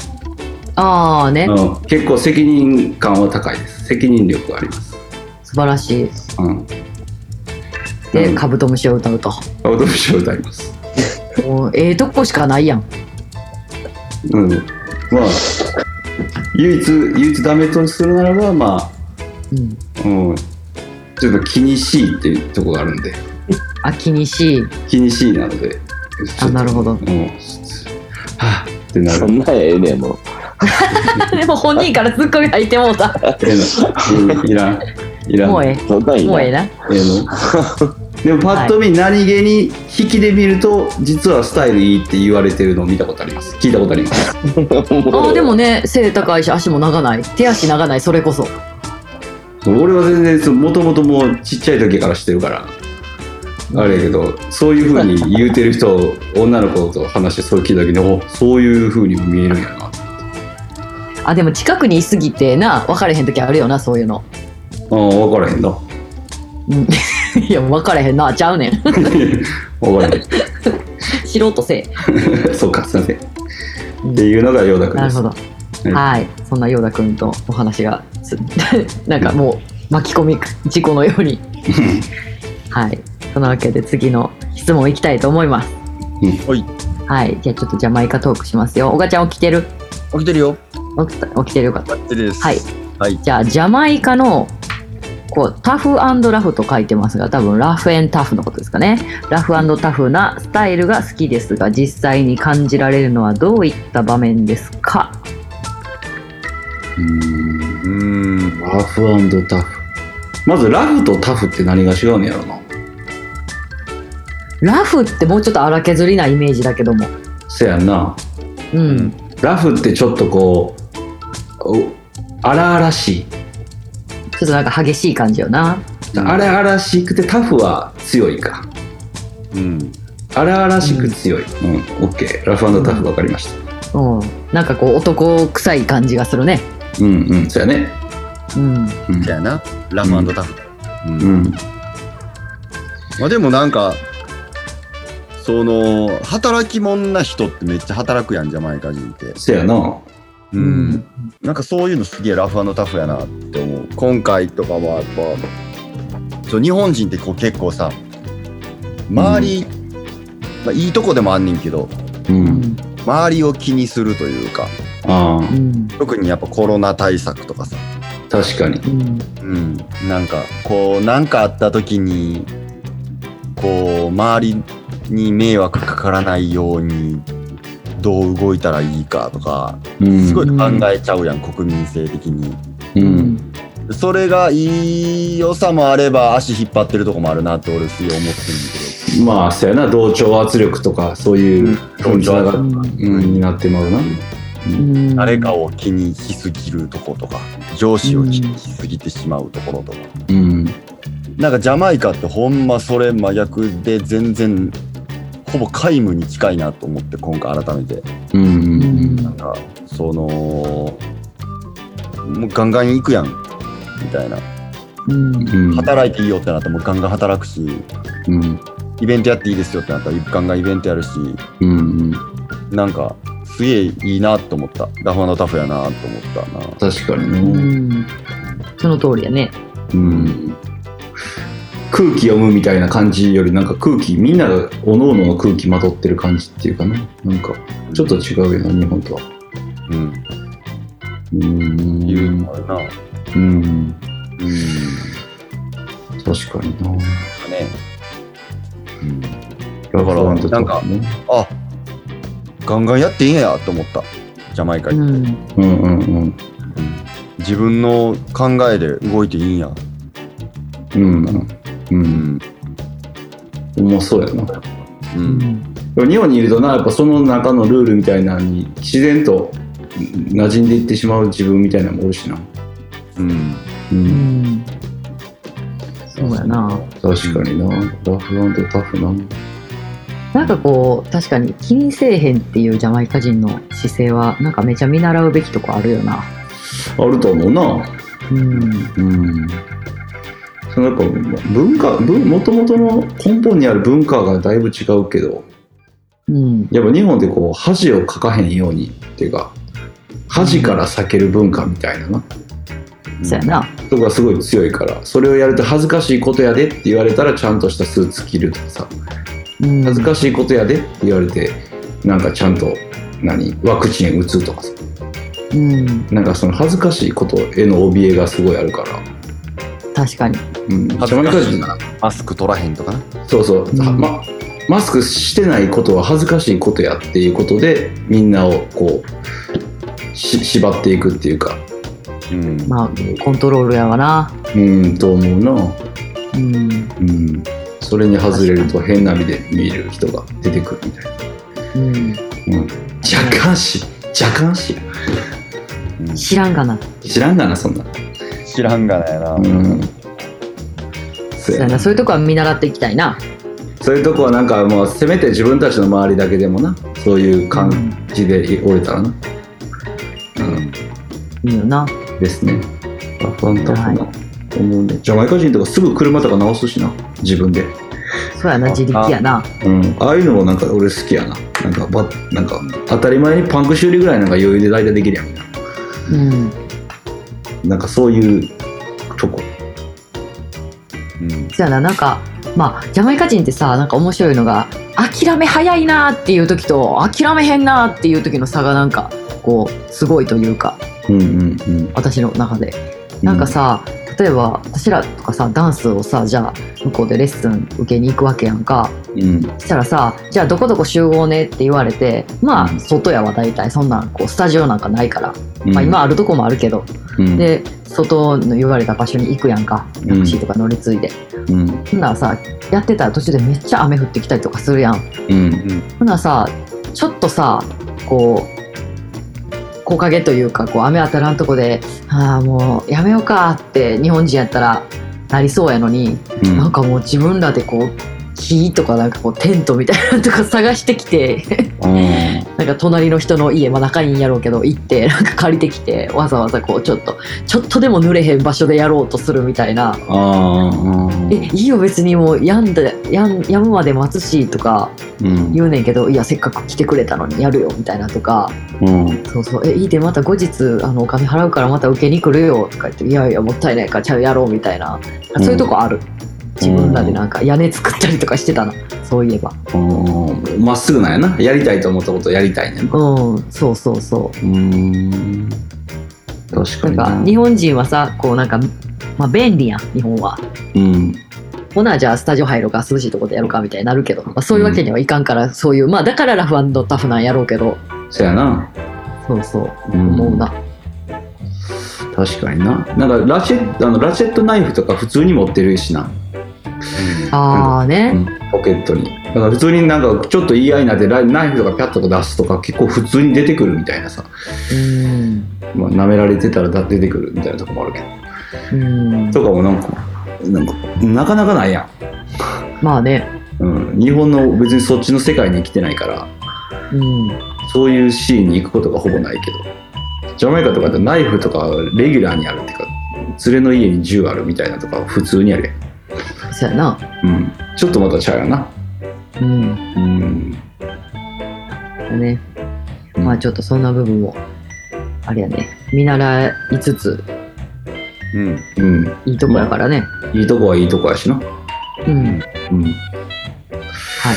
C: ああね
D: うん、結構責任感は高いです責任力があります、
C: 素晴らしい。
D: うん、う
C: で
D: ん
C: カブトムシを歌うと。
D: アウトプッシュを歌います
C: もうええとこしかないやん。
D: うん、まあ唯一唯一ダメとするならばまあ、
C: うん、
D: うん、ちょっと気にしいっていうとこがあるんで
C: あ気にしい。
D: 気にしいなので
C: あなるほど
D: うん、はあってな
F: そ
D: る
F: んなええねんもう
C: でも本人からツッコミ入ってもうた。
D: ええの、うん、いらんいらん
C: もうえ
F: そんなん
C: え。
F: いい
C: もうええ
F: な。
C: な。
D: ええの でもパッと見何気に引きで見ると実はスタイルいいって言われてるのを見たことあります聞いたことあります
C: ああ、でもね、背高いし、足も長ない。手足長ない、それこそ。
D: 俺は全然もともともうちっちゃい時からしてるからあれやけどそういうふうに言うてる人女の子と話してそう聞いた時におそういうふうにも見えるんやな
C: あ、でも近くにいすぎてな、分かれへん時あるよな、そういうの。
D: ああ分からへんな
C: うん。いや、分かれへんな、ちゃうねん。
D: 分からへ
C: 素人せ
D: んそうかすいませんっていうのがヨーダ
C: え。
D: 君
C: な
D: で
C: る
D: す
C: ほど。はい。そんなヨーダ君とお話がす、 なんかもう巻き込み事故のように。はい。そんなわけで次の質問いきたいと思います。
E: おい
C: はい。じゃあちょっとジャマイカトークしますよ。おがちゃん起きてる
E: 起きてるよ。
C: 起きた起きてるよかった。
E: バッチリです。
C: はい。
E: はい。
C: じゃあジャマイカのこうタフラフと書いてますが多分ラフタフのことですかねラフタフなスタイルが好きですが実際に感じられるのはどういった場面ですか
D: うん
E: うーん。
D: ラフタフまずラフとタフって何が違うんやろな
C: ラフってもうちょっと荒削りなイメージだけども
D: せやんな
C: うん
D: ラフってちょっとこうお荒々しい
C: ちょっとなんか激しい感じよな
D: 荒々しくてタフは強いか
E: うん。
D: 荒々しく強いうん、オッケーラフタフ分かりました
C: うんなんかこう男臭い感じがするね
D: うんうんそうやね
C: うん
D: うん
E: だよな。ラフタフ。うん
D: うん
E: まあでもなんか、その、働き者な人ってめっちゃ働くやん、ジャマイカ人って。
D: せやな
E: う。
C: うん
E: なんかそういうのすげえラフタフやなって思う。今回とかはやっぱ、そう日本人ってこう結構さ、周り、まあいいとこでもあんねんけど、
C: う
D: う
C: んん
E: 周りを気にするというか、
D: ああ
C: うん
E: 特にやっぱコロナ対策とかさ、
D: 確かに
C: うん
E: うん、なんかこうなんかあった時にこう周りに迷惑かからないようにどう動いたらいいかとか
D: うん
E: すごい考えちゃうやん、国民性的に
D: うん
E: それがいい良さもあれば足引っ張ってるとこもあるなって俺すげえ思ってるんだ
D: まあそうやな同調圧力とかそういう
E: け
D: 風
E: ど、
D: につながる
C: うん
D: うんになってまうな
C: うん
E: 誰かを気にしすぎるとことか上司を気にしすぎてしまうところとか、
D: うん
E: なんかジャマイカってほんまそれ真逆で全然ほぼ皆無に近いなと思って今回改めて
D: うんう
C: う
D: んうん
C: ん
E: なんかそのもうガンガン行くやんみたいな
C: うん
D: うん
E: 働いていいよってなったらもうガンガン働くし
D: うん
E: イベントやっていいですよってなったらガンガンイベントやるし
D: うんうん
E: なんかすげえいいなと思ったラフタフやなと思ったな
D: 確かに
C: う
D: ね
C: んその通りやね
D: うん空気読むみたいな感じよりなんか空気みんながおのおのの空気まとってる感じっていうかねなんかちょっと違うよな日本とは
E: うん
D: うん
E: いうのあるなうん
D: うん
E: だ
D: 確かにな
E: ね
D: だ
E: からなんかあガンガンやっていいんやと思ったジャマイカ
C: う
E: 行って。
C: ん
D: うんうんうん
E: 自分の考えで動いていいんや。
D: うんう
E: うんん。
D: 重そうやな
E: う。
C: うんん
D: でも日本にいるとなやっぱその中のルールみたいなのに自然と馴染んでいってしまう自分みたいなのもおるしな
E: うん。
D: う
C: うんんそうやな
D: 確かになラフタフな
C: なんかこう確かに気にせえへんっていうジャマイカ人の姿勢はなんかめちゃ見習うべきとこあるよな
D: あると思うな
C: うん
D: うんそのやっぱ文化文もともとの根本にある文化がだいぶ違うけど
C: うん
D: やっぱ日本でこう恥をかかへんようにっていうか恥から避ける文化みたいなな、
C: そうやな
D: とかすごい強いからそれをやると恥ずかしいことやでって言われたらちゃんとしたスーツ着るとかさ
C: うん
D: 恥ずかしいことやでって言われてなんかちゃんと何ワクチン打つとかさ
C: うん
D: なんかその恥ずかしいことへの怯えがすごいあるから、
C: 確かに
D: うん、
E: 恥ずかしい
D: ジャマイカ
E: な。マスク取らへんとかな。
D: 人そうそう、
C: うん
D: はま、マスクしてないことは恥ずかしいことやっていうことでみんなをこうし縛っていくっていうか
E: うん
C: まあ、コントロールやわな。
D: うんと思うな
C: うん。
D: うんそれに外れると変な目で見る人が出てくるみたいな
C: うん。
D: 若干し若干し
E: うん
C: 知らんがな。
D: 知らんがなそんな
E: 知らんがなやな、
D: うんそ
C: そうう
D: や
C: や
D: な
C: な。そういうとこは見習っていきたいな。
D: そういうとこはなんかもうせめて自分たちの周りだけでもなそういう感じで折れたらなうん
C: いいよな。
D: ですねあファンタフな思うねジャマイカ人とかすぐ車とか直すしな自分で
C: そうやな、自力やな。
D: うんああいうのもなんか俺好きやななんかばなんか当たり前にパンク修理ぐらいなんか余裕で大体できるやん
C: うん。
D: なんかそういうとこ
E: うん
C: そうやな、なんか、まあ、ジャマイカ人ってさ、なんか面白いのが、諦め早いなーっていう時と、諦めへんなーっていう時の差がなんか、こう、すごいというか、
D: うんうんうん
C: 私の中で。なんかさ、例えば、私らとかさ、ダンスをさ、じゃあ、向こうでレッスン受けに行くわけやんか。
D: うん
C: したらさ、じゃあどこどこ集合ねって言われて、ま
D: うん
C: あ、外やわ、大体。そんなん、こう、スタジオなんかないから。
D: うん
C: まあ、今あるとこもあるけど。
D: うん
C: で、外の言われた場所に行くやんか。タクシーとか乗り継いで。
D: うん
C: ほんならさ、やってたら途中でめっちゃ雨降ってきたりとかするやん。
D: うん
C: ほんならさ、ちょっとさ、こう、木陰というか、こう、雨当たらんとこで、ああ、もう、やめようかって、日本人やったら、なりそうやのに、
D: うん
C: なんかもう自分らでこう、木とかなんかこう、テントみたいなのとか探してきて、
D: うん
C: なんか隣の人の家、まあ仲いいんやろうけど、行って、なんか借りてきて、わざわざこう、ちょっと、ちょっとでも濡れへん場所でやろうとするみたいな、
D: あー
C: え、いいよ別にもう、病んだ、やん、やむまで待つし、とか、
D: うん
C: 言うねんけど、いや、せっかく来てくれたのにやるよ、みたいなとか、
D: うん
C: そうそう、え、いいで、また後日、あの、お金払うからまた受けに来るよ、とか言って、いやいや、もったいないから、ちゃうやろう、みたいな、
D: うん
C: そういうとこある。自分らでなんか屋根作ったりとかしてたな、そういえば。
D: うんまっすぐなんやなやりたいと思ったことをやりたいねんな
C: うん、そうそうそう
D: ーん確
C: う。な
D: か
C: ん
D: にな
C: か、日本人はさ、こうなんか、まあ便利やん、日本は。
D: うん
C: ほな、じゃあスタジオ入ろうか、涼しいとこでやるか、みたいになるけど、まあ、そういうわけにはいかんから、そういう、まあだからラフタフなんやろうけど、
D: そやな
C: そうそう、
D: うん
C: 思うな。
D: 確かにななんかラチェあのラチェットナイフとか普通に持ってるしな
C: ああね。
D: ポケットにだから普通になんかちょっと言い合いになってライナイフとかピャッとか出すとか結構普通に出てくるみたいなさ
C: うん
D: まあ、舐められてたらだ出てくるみたいなとこもあるけど
C: うん
D: とかもなんかなんかなかなかないや
C: まあね、
D: ん、うん、日本の別にそっちの世界に来てないから
C: うん、
D: そういうシーンに行くことがほぼないけどジャマイカとかだとナイフとかレギュラーにあるっていうか連れの家に銃あるみたいなとか普通にあるやん
C: そうやな。
D: うん、ちょっとまたちゃうやな
C: うん、
D: うん
C: ね。まあちょっとそんな部分も、あれやね、見習いつつ、
E: うん
D: うん
C: いいとこやからね。
D: いいとこはいいとこやしな
C: うん、はい。
D: うんは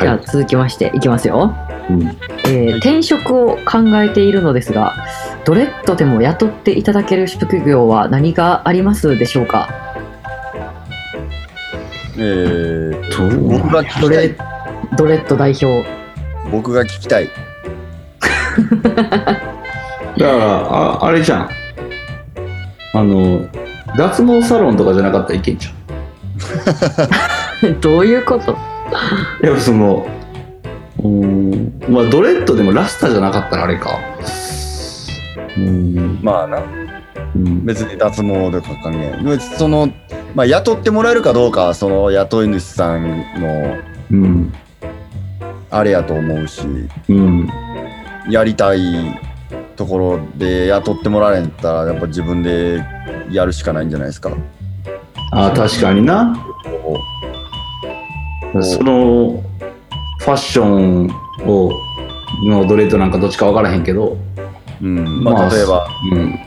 C: じゃあ
D: い、
C: 続きまして、いきますよ。
D: うん、
C: えー転職を考えているのですが、どれとでも雇っていただける職業は何がありますでしょうか
E: えー、
D: どう
E: 僕が聞き
C: ど
E: た
C: れ
E: い、
C: ドレッド代表。
E: 僕が聞きたい
D: だからああれじゃんあの脱毛サロンとかじゃなかったらいけんじゃん
C: どういうこと
D: いやそのうーんまあドレッドでもラスタじゃなかったらあれかうーん
E: まあな
D: うん
E: 別に脱毛とか関係ない別にその、まあ、雇ってもらえるかどうかはその雇い主さんの
D: うん
E: あれやと思うし
D: うん
E: やりたいところで雇ってもらえんたらやっぱ自分でやるしかないんじゃないですか
D: あ確かにな
E: こう
D: そのファッションをのドレッドなんかどっちか分からへんけど、
E: うんまあ
D: まあ
E: 例えば
D: うん、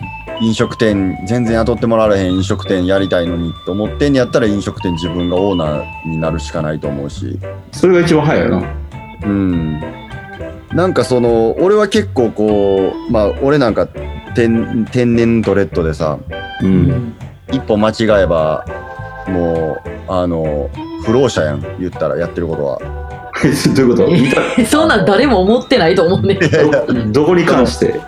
E: 飲食店全然雇ってもらわれへん飲食店やりたいのにと思ってんやったら飲食店自分がオーナーになるしかないと思うし
D: それが一番早いよな
E: うんなんかその俺は結構こうまあ俺なんか天天然ドレッドでさ
D: う、
C: うん
E: 一歩間違えばもうあの不老者やん言ったらやってることは
D: どういうこと見た
C: そんなん誰も思ってないと思うね。
D: どどこに関して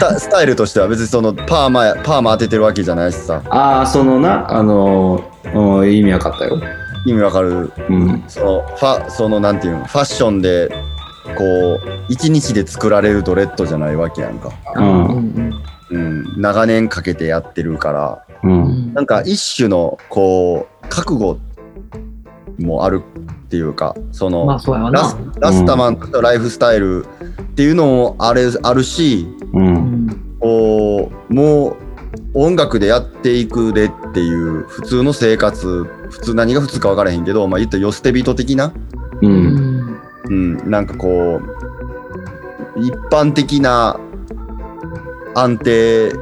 E: タスタイルとしては別にそのパーマやパーマ当ててるわけじゃないしさ
D: ああ、そのな、あのーうん意味わかったよ。
E: 意味わかる
D: うん。
E: そのファそのなんていうのファッションでこう一日で作られるドレッドじゃないわけやんか、
D: うん
C: うん
E: うん、長年かけてやってるから
D: う。
C: うんん
E: なんか一種のこう覚悟もあるっていうかその、
C: まあそうやわ
E: ラス
C: な。
E: ラスタマンのライフスタイルっていうのもあれあるし
D: う。
C: うんん
E: こうもう音楽でやっていくでっていう普通の生活普通何が普通か分からへんけど、まあ、言ったら寄捨て人的な、
D: う。
C: うんん
E: うん、なんかこう一般的な安定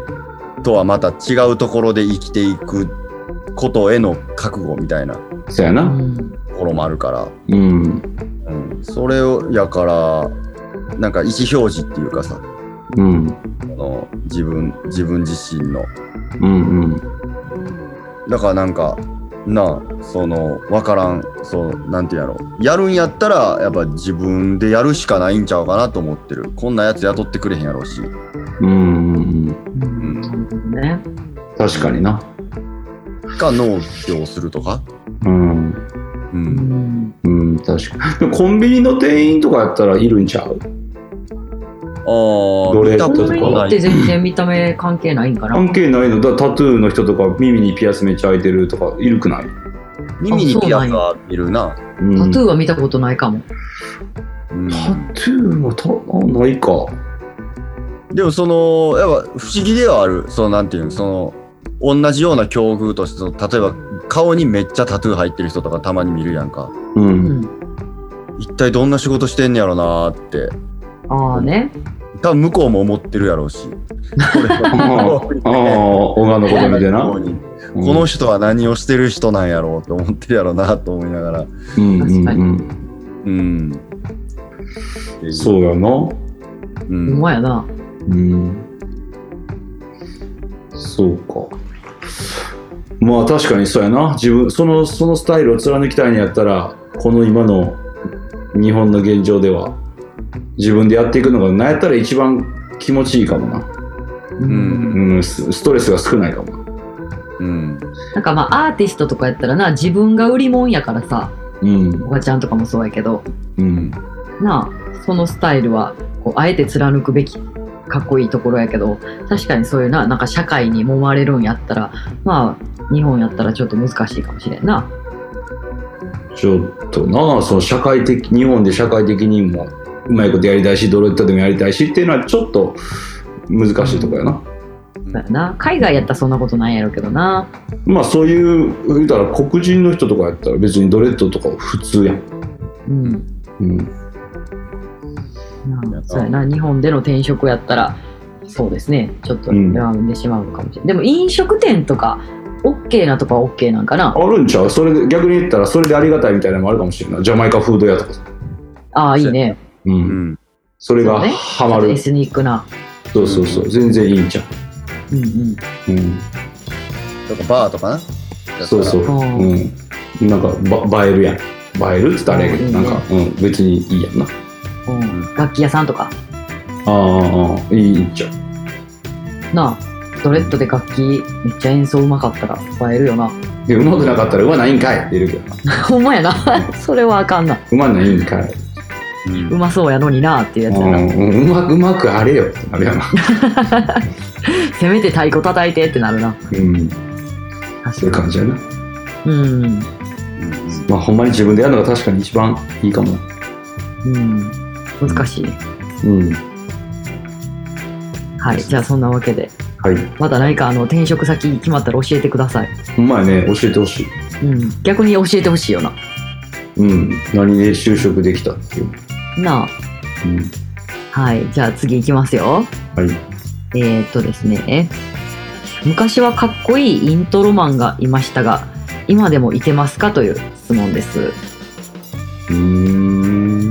E: とはまた違うところで生きていくことへの覚悟みたいなと
D: そやな。
E: ころもあるから。
D: うん。
E: うん、それをやからなんか意思表示っていうかさ
D: うん。
E: あの自分自分自身の
D: うん。うん。
E: だからなんかなあその分からんそうなんていうんやろやるんやったらやっぱ自分でやるしかないんちゃうかなと思ってるこんなやつ雇ってくれへんやろうし
D: うん。うん。
C: うんね
D: 確かにな。
E: か農業するとか
D: うん。
E: う
C: うんん
D: うん、確かに。でもコンビニの店員とかやったらいるんちゃ
E: あ
D: うど
E: あ
D: れ
E: 見たこ
C: コ
E: と
C: ンビニ
E: な
C: って
E: い
C: 全然見た目関係ないんかな。
D: 関係ないのだタトゥーの人とか耳にピアスめっちゃ開いてるとかいるくない、
E: 耳にピアスはいるな
D: うん
C: タトゥーは見たことないかも。
E: うん
D: タトゥーもたあないか。
E: でもそのやっぱ不思議ではあるそのなんていうのその同じような境遇としてその例えば顔にめっちゃタトゥー入ってる人とかたまに見るやんか
D: う。
C: うんん。
E: 一体どんな仕事してんねやろなーって
C: ああね。
E: 多分向こうも思ってるやろうしこれ
D: ああ、小川のこと見てな。
E: この人は何をしてる人なんやろうって思ってるやろうなと思いながら
D: うんうんうん。
E: うん
D: そうや
E: う
D: な。
C: ほ
E: ん
C: んまやな。
D: うん。そうか。まあ確かにそうやな。自分、その、そのスタイルを貫きたいんやったら、この今の日本の現状では、自分でやっていくのが、なんやったら一番気持ちいいかもな。
C: う
E: うんん
D: うん、スストレスが少ないかも。
E: うん
C: なんかまあアーティストとかやったらな自分が売りもんやからさ
D: うん
C: お。ばちゃんとかもそうやけど
D: うん。
C: なあそのスタイルはこうあえて貫くべきかっこいいところやけど確かにそういうななんか社会に揉まれるんやったらまあ日本やったらちょっと難しいかもしれんな。
D: ちょっとな、その社会的、日本で社会的にも、うまいことやりたいし、ドロッタでもやりたいしっていうのは、ちょっと難しいとこやな。
C: だよな海外やったらそんなことないやろうけどな。
D: まあそういう言うたら黒人の人とかやったら別にドレッドとか普通やん、
C: うん
D: うん、
C: なあ
E: やな
C: そうやな日本での転職やったらそうですねちょっと
D: うん
C: やんでしまうのかもしれない、でも飲食店とか OK なとこは OK なんかな
D: あるんちゃうそれで逆に言ったらそれでありがたいみたいなのもあるかもしれないジャマイカフード屋とかさ、
C: ああいいね
D: う、
E: うんん
D: それ
C: そう
D: が
C: ね
D: ハマる
C: エスニックな
D: そう,、そうそう全然いいんちゃ
C: うんうん
D: う、うん、
E: とかバーとかな
D: そうそう、
C: あー
D: うん、なんかば映えるやん映えるって言ったらあれやけど
C: うん
D: なんか、うん、別にいいやんな
C: うん楽器屋さんとか
D: ああああいいいいんちゃう
C: なあドレッドで楽器めっちゃ演奏うまかったら映えるよな
D: でうまくなかったらうまないんかいって言えるけどな
C: ほんまやな それはあかんな
D: うまないんかい、
E: うん
C: うまそうやのになあっていうやつ
D: う
C: やな、
D: ん、うんうまくうまくあれよってなるやんな、
C: せめて太鼓叩いてってなるな
D: うん、そ
C: 確
D: ういう
C: か
D: 感じやな
C: にうん
D: まあ、ほんまに自分でやるのが確かに一番いいかも。
C: うん難しいね
D: うん。
C: はいじゃあそんなわけで
D: はい。
C: また何かあの転職先決まったら教えてください。
D: ほんまやね、教えてほしい。
C: うん、逆に教えてほしいよな。
D: うん。何で就職できたっていう。
C: なあ。
D: うん。
C: はい。じゃあ次行きますよ。
D: はい。
C: えー、っとですね。昔はかっこいいイントロマンがいましたが、今でもいてますかという質問です。
D: うーん。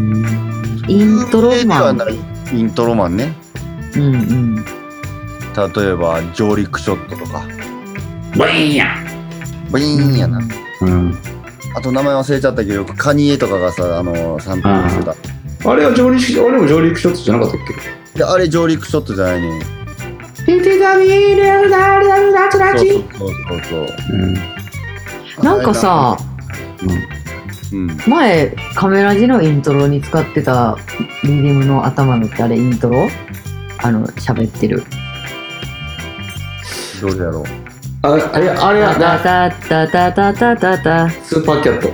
C: イントロ
E: 有名で
C: マ
E: は
C: ン
E: な。いイントロマンね
C: うんうん。
E: 例えば上陸ショットとか
D: バインや
E: ブイーンやな
D: うん。
E: あと名前忘れちゃったけどよくカニエとかがさあのサンプルしてた
D: あれは上陸、あれも上陸ショットじゃなかったっ
E: であれ上陸ショットじゃないねん
D: け
E: そうそうそうそう
D: うん
C: なんかさ、
E: うん
C: 前、カメラジのイントロに使ってたミディムの頭のってあれイントロあの、喋ってる。
E: どれやろう
D: ああれあれや
C: タタ
D: な
C: タタタタタタ。
D: スーパーキャット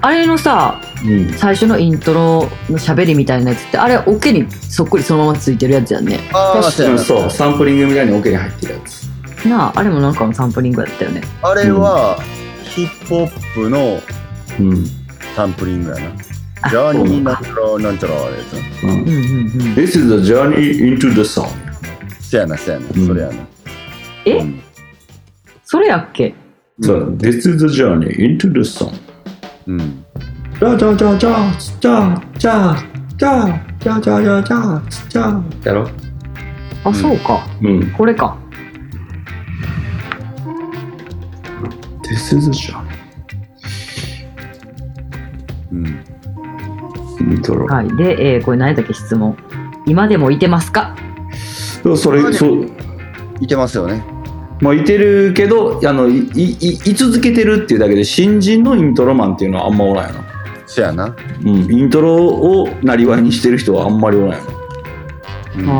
C: あれのさ、
D: うん
C: 最初のイントロの喋りみたいなやつって、あれ、オケにそっくりそのままついてるやつやんね。
E: ああ
D: 確
E: そう
D: か
E: や
D: に
E: な
D: そうサンプリングみたいにオケに入ってるやつ
C: なあ、あれもなんかのサンプリングやったよね。
E: あれはヒップホップの
D: うん
E: サンプリングやなジャーニーなんちゃらなんちゃらあれやつな
D: うん
C: うんうんうん。
D: This is the journey into the sun
E: せやなせやな、
D: うん
E: それやな
C: え
E: うん
C: それやっけ
D: そう This is the journey into the sun
E: うん
D: ジャジャジャジャジャジャジャジャジャジャジャジャやろ
C: あ、そうか。
D: うん
C: これか。
D: This is the journey
E: うん
D: イントロ
C: はい。で、えーこれ何だっけ質問。今でもいてますか
D: そうそれそう
E: いてますよね
D: まあいてるけどあのいいいい続けてるっていうだけで新人のイントロマンっていうのはあんまおらんよな
E: せやな、
D: うんイントロをなりわいにしてる人はあんまりおらんよな
E: うん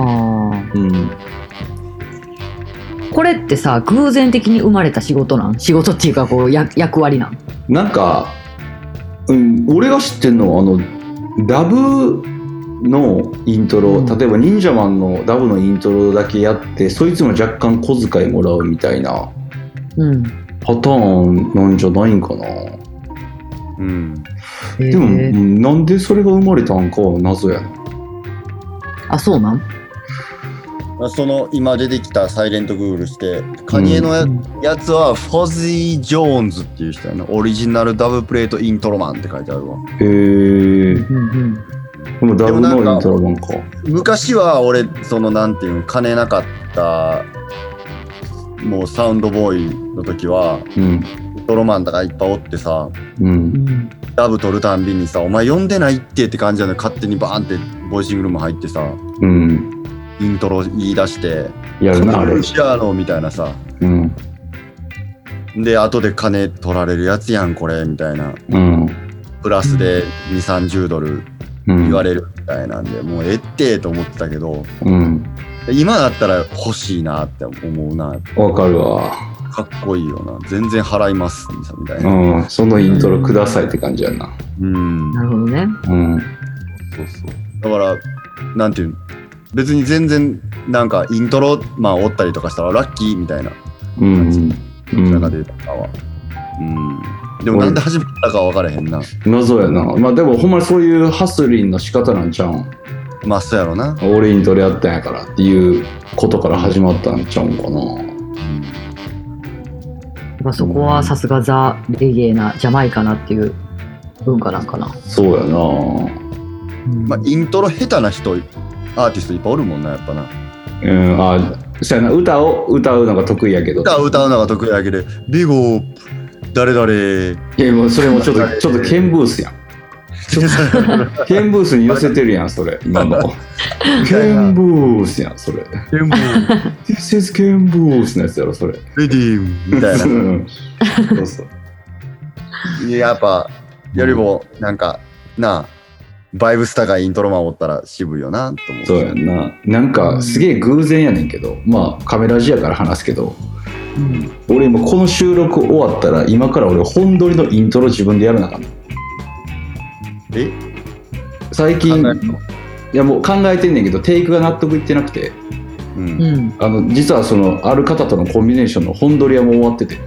C: あ
D: うん
C: あ。これってさ、偶然的に生まれた仕事なん仕事っていうか、こう、や役割なん
D: なんか、うん、俺が知ってんのはあのダブのイントロ、
C: うん
D: 例えば忍者マンのダブのイントロだけやってそいつも若干小遣いもらうみたいな
C: うん。
D: パターンなんじゃないんかな、
E: うん
D: でも、
C: へ
D: う
C: ー
D: んなんでそれが生まれたんかは謎やな
C: あ、そうなん
E: その今出てきたサイレントグーグルして、カニエのや,、
C: うん
E: つはフォジー・ジョーンズっていう人やな。オリジナルダブプレートイントロマンって書いてあるわ。
D: へえ
C: うんうん。
D: このダブ
E: でもなんか
D: のイントロ版か
E: 昔は俺、そのなんていうの、金なかった、もうサウンドボーイの時は、
D: うん
E: イントロマンとかいっぱいおってさ、
D: う
C: うんん。
E: ダブ取るたんびにさ、お前呼んでないってって感じなのに勝手にバーンってボイシングルーム入ってさ、
D: うん
E: イントロ言い出して、
D: やるなあれ
E: ルシアーノみたいなさ、
D: うん
E: で、後で金取られるやつやん、これ、みたいな。
D: うん
E: プラスで2、30ドル
D: うん
E: 言われるみたいなんで、もうえってと思ってたけど、
D: うん
E: 今だったら欲しいなって思うな。
D: わかるわ
E: かっこいいよな。全然払います、みたいな。
D: うんそのイントロくださいって感じやな
E: うん。
C: なるほどね。
D: うん
E: そうそう。だから、なんていうの別に全然、なんかイントロ、まあ、おったりとかしたらラッキーみたいな、
D: うんうん
E: 中でとかは。うん。でもなんで始まったかは分からへんな。
D: 謎やなまあでもほんまにそういうハスリンの仕方なんちゃうん
E: まあ、そうやろな。
D: 俺に取り合ったんやからっていうことから始まったんちゃうんか
E: う
D: な
E: ん
C: まあ、そこはさすがザ・レゲエな、ジャマイカなっていう文化なんかな。
D: そうやな
C: うん
E: まあ、イントロ下手な人、アーティストいっぱいおるもんな、やっぱな。
D: うんあそうやな歌を歌うのが得意やけど
E: 歌を歌うのが得意だけで、ビゴ誰誰
D: いやもうそれもちょっとちょっとケンブースやんケンブースに寄せてるやんそれ今のケンブースやんそれ
E: レモン、
D: This is ケンブースのやつやろ それ
E: レディームみた
D: う
E: い
D: んそうそう
E: な。やっぱ、よりも、なんか、なあ、バイブス高いイントロマンおったら渋いよな、と思う。
D: そうやんななんかすげえ偶然やねんけどまあカメラジやから話すけど
C: うん
D: 俺今この収録終わったら今から俺本撮りのイントロ自分でやるなあかん
E: え
D: 最
E: 考
D: 近
E: えるの
D: いやもう考えてんねんけどテイクが納得いってなくて
E: う。
C: うんん。
D: あの実はそのある方とのコンビネーションの本撮りはもう終わってて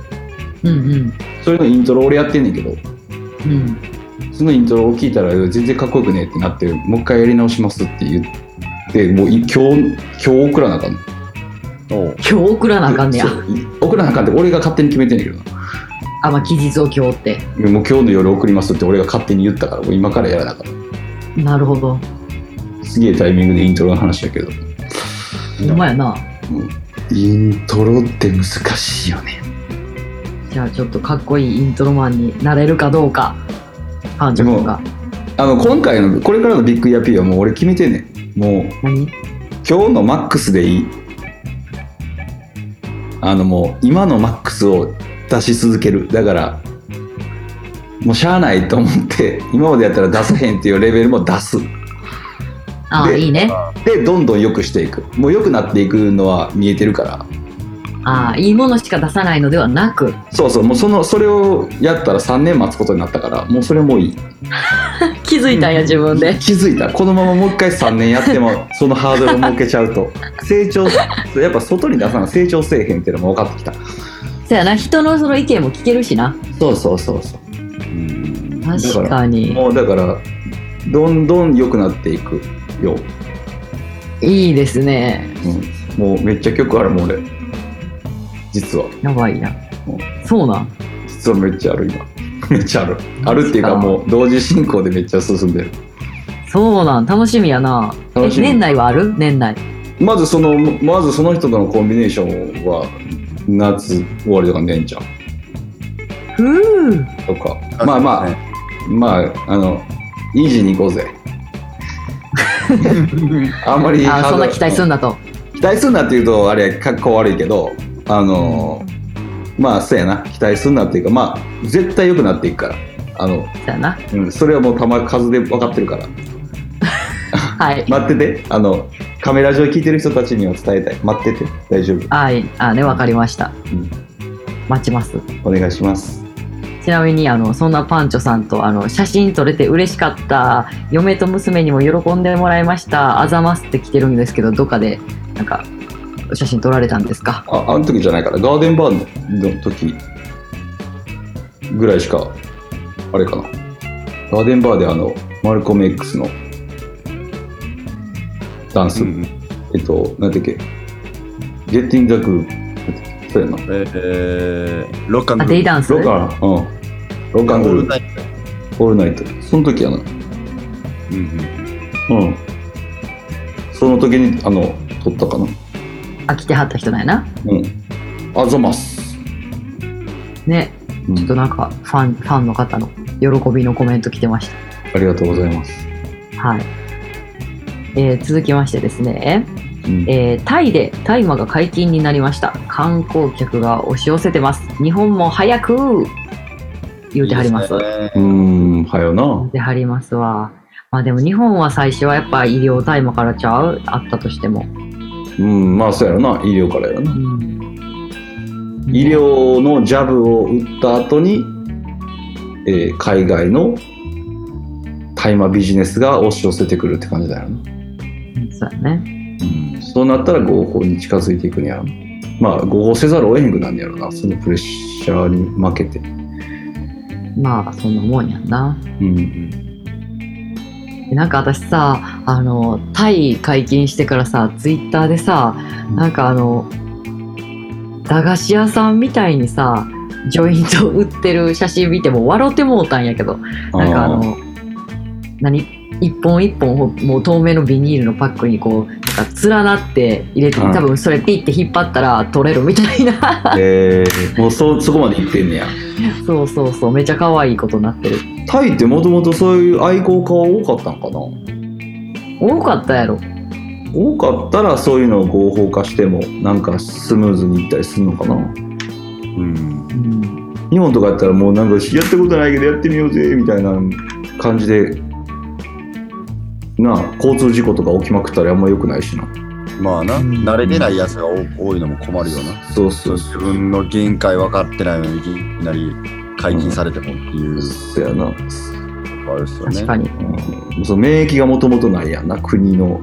C: うんうん。
D: それのイントロ俺やってんねんけど
C: うん。
D: そのイントロを聞いたら全然かっこよくねえってなってもう一回やり直しますって言ってもうい今日今日送らなあかんねん
E: おう
C: 今日送らなあかんねや
D: そ。う送らなあかんって俺が勝手に決めてんねんけどな
C: あ、まあ、期日を今日って。
D: いやもう今日の夜送りますって俺が勝手に言ったからもう今からやらなあかっ
C: なるほど。
D: たすげえタイミングでイントロの話やけど
C: ほんまやな。
D: イントロって難しいよね
C: じゃあちょっとかっこいいイントロマンになれるかどうか。班長君が。
D: あの今回のこれからのビッグイヤーピーはもう俺決めてんねんもう
C: 何
D: 今日のマックスでいいあのもう今のマックスを出し続けるだからもうしゃあないと思って今までやったら出さへんっていうレベルも出す
C: ああ、
D: で
C: いいね。
D: でどんどん良くしていくもう良くなっていくのは見えてるから
C: ああ、いいものしか出さないのではなく。
D: そうそうもうそのそれをやったら3年待つことになったからもうそれもういい
C: 気づいたんや、自分で。
D: 気づいたこのままもう一回3年やって もそのハードルを設けちゃうと成長やっぱ外に出さな成長せえへんっていうのも分かってきた
C: そやな、人のその意見も聞けるしな。
D: そうそうそうそううんだ
C: 確
D: ら
C: かに。
D: もうだからどんどん良くなっていくよ、
C: いいですね。
D: うん、もうめっちゃ曲あるもん俺実は
C: やばいな
D: うん。
C: そうなん。
D: 実はめっちゃある今 めっちゃあるあるっていう
C: あ
D: か
C: ー
D: もう同時進行でめっちゃ進んでる
C: そうなん。楽しみやな。え、
D: 楽しみ
C: 年内はある年内。
D: まずそのまずその人とのコンビネーションは夏終わりとか年ちゃん
C: ふう。
D: とかまあまあ、まあ、あの、イージーに行こうぜ。あんまり
C: ああ、
D: ハー
C: そ
D: ド
C: んな期待すんなと。
D: 期待すんなっていうと、あれ、格好悪いけど、あのーまあ、そうやな、期待すんなっていうか、まあ、絶対良くなっていくから。あ
C: そ
D: の、
C: うやな。
D: うん、それはもうたま数で分かってるから。
C: はい。
D: 待ってて、あの、カメラ上聞いてる人たちには伝えたい。待ってて、大丈夫。
C: はい。ああ、ね、わかりました。
D: うん
C: 待ちます。
D: お願いします。
C: ちなみにあのそんなパンチョさんとあの写真撮れて嬉しかった嫁と娘にも喜んでもらいましたあざますって来てるんですけどどっかでなんか写真撮られたんですか
D: あ、あの時じゃないから、ガーデンバーの時ぐらいしか、あれかな。ガーデンバーであの、マルコム X のダンス、
E: うんうん
D: えっと、なんてっけ、ゲッティングザグルそうやな。
E: えー、ロッカン
C: あデイダンス
D: ロカン、うん。ロカングループ、
E: イ
D: オールナイト。その時やな。
E: うん
D: うん。その時に、あの、撮ったかな。
C: あ来てはった人なんやな
D: うん。あざます。
C: ね
D: うん
C: ちょっとなんかファンファンの方の喜びのコメント来てまし
D: ありがとうございます。
C: たはい、えー続きましてですね
D: うん
C: えータイで大麻が解禁になりました観光客が押し寄せてます日本も早く言うてはります
E: いいで
D: うー
E: ね
D: ん、はよな。
C: ではりますわ。まあでも日本は最初はやっぱ医療大麻からちゃうあったとしても。
D: うん、まあそうやろな。医療からやろな。医療のジャブを打った後に、えー海外の大麻ビジネスが押し寄せてくるって感じだよな、
C: うんそうやね。
D: そうなったら合法に近づいていくにはまあ合法せざるを得へんくなんねやろなそのプレッシャーに負けて、
C: まあそんなもんやんな。
D: うん、
C: でなんか私さ、あの、タイ解禁してからさ、ツイッターでさ、なんかあの、駄菓子屋さんみたいにさ、ジョイント売ってる写真見ても笑ってもうたんやけど。なんかあ
D: あー
C: の、何一本一本ほもう透明のビニールのパックにこうなんか連なって入れて、
D: うん
C: 多分それピッて引っ張ったら取れるみたいな
D: えーもうそそこまでいってんねや
C: そうそうそうめっちゃ可愛いことになってる
D: タイってもともとそういう愛好家は多かったんかな
C: 多かったやろ
D: 多かったらそういうのを合法化してもなんかスムーズにいったりするのかな
E: うん
C: うん
D: 日本とかやったらもうなんかやったことないけどやってみようぜみたいな感じでなあ交通事故とか起きまくったらあんま良くないしな
E: まあな、
C: うん
E: 慣れてないやつが多多いのも困るよな。
D: そうそう
E: 自分の限界分かってないのにいきなり解禁されてもっていう
D: そうやな、
E: のがあるっすよね。
C: 確かに、
D: うん、その免疫がもともとないやんな国の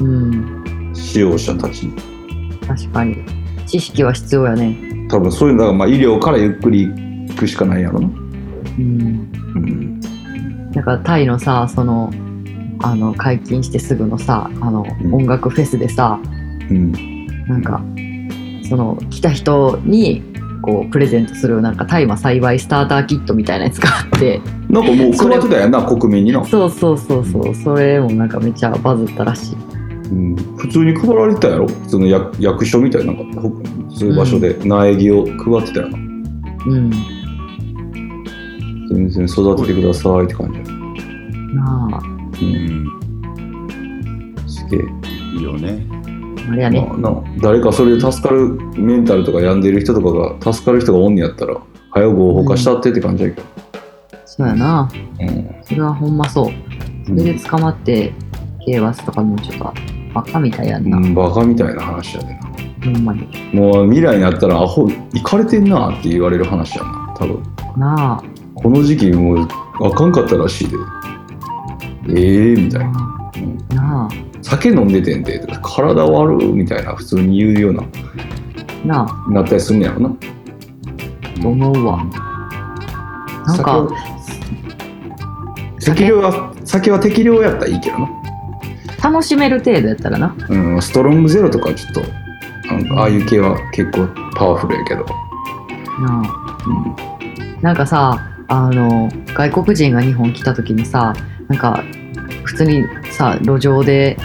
C: うん
D: 使用者たちに
C: 確かに知識は必要やね
D: 多分そういうのがまあ医療からゆっくり行くしかないやろな
C: うん
D: うん
C: だからタイのさそのあの解禁してすぐのさあの、
D: うん
C: 音楽フェスでさ
D: うん
C: なんか、その来た人にこうプレゼントするなんか大麻栽培スターターキットみたいなやつがあ って
D: なんかもう配ってたやんな国民にな、
C: そうそうそうそうそれもなんかめちゃバズったらしい
D: うん、普通に配られてたやろ普通の役役所みたいななんかほそういう場所で苗木を配ってたやん
C: うん
D: 全然育ててくださいって感
C: なあ
D: じ。
E: うん
D: すげえ。
E: いいよね。
D: う
C: あれやね。
D: まあな誰かそれで助かるメンタルとか病んでる人とかが助かる人がおんねやったら早く合法化したってって感じやけど、
C: そうやな。
D: うん
C: それはほんまそう。それで捕まって、刑罰とかもちょっと、バカみたいやん
D: う
C: な。
D: ん、バカみたいな話やでな
C: ほんまに。
D: もう未来になったらアホいかれてんなって言われる話やな多分
C: なあ。
D: この時期もうあかんかったらしいでええみたいなうん
C: なあ。
D: 酒飲んでてんでとか体悪いみたいな普通に言うような
C: なあ。
D: なったりすんねやろな
C: と思うわ。なん
D: 酒を
C: か、
D: 適量は酒は適量やったらいいけどな
C: 楽しめる程度やったらな。
D: うん、ストロングゼロとかちょっとなんかああいう系は結構パワフルやけど、
C: なあ。なんかさあの外国人が日本来た時にさなんか普通にさ路上で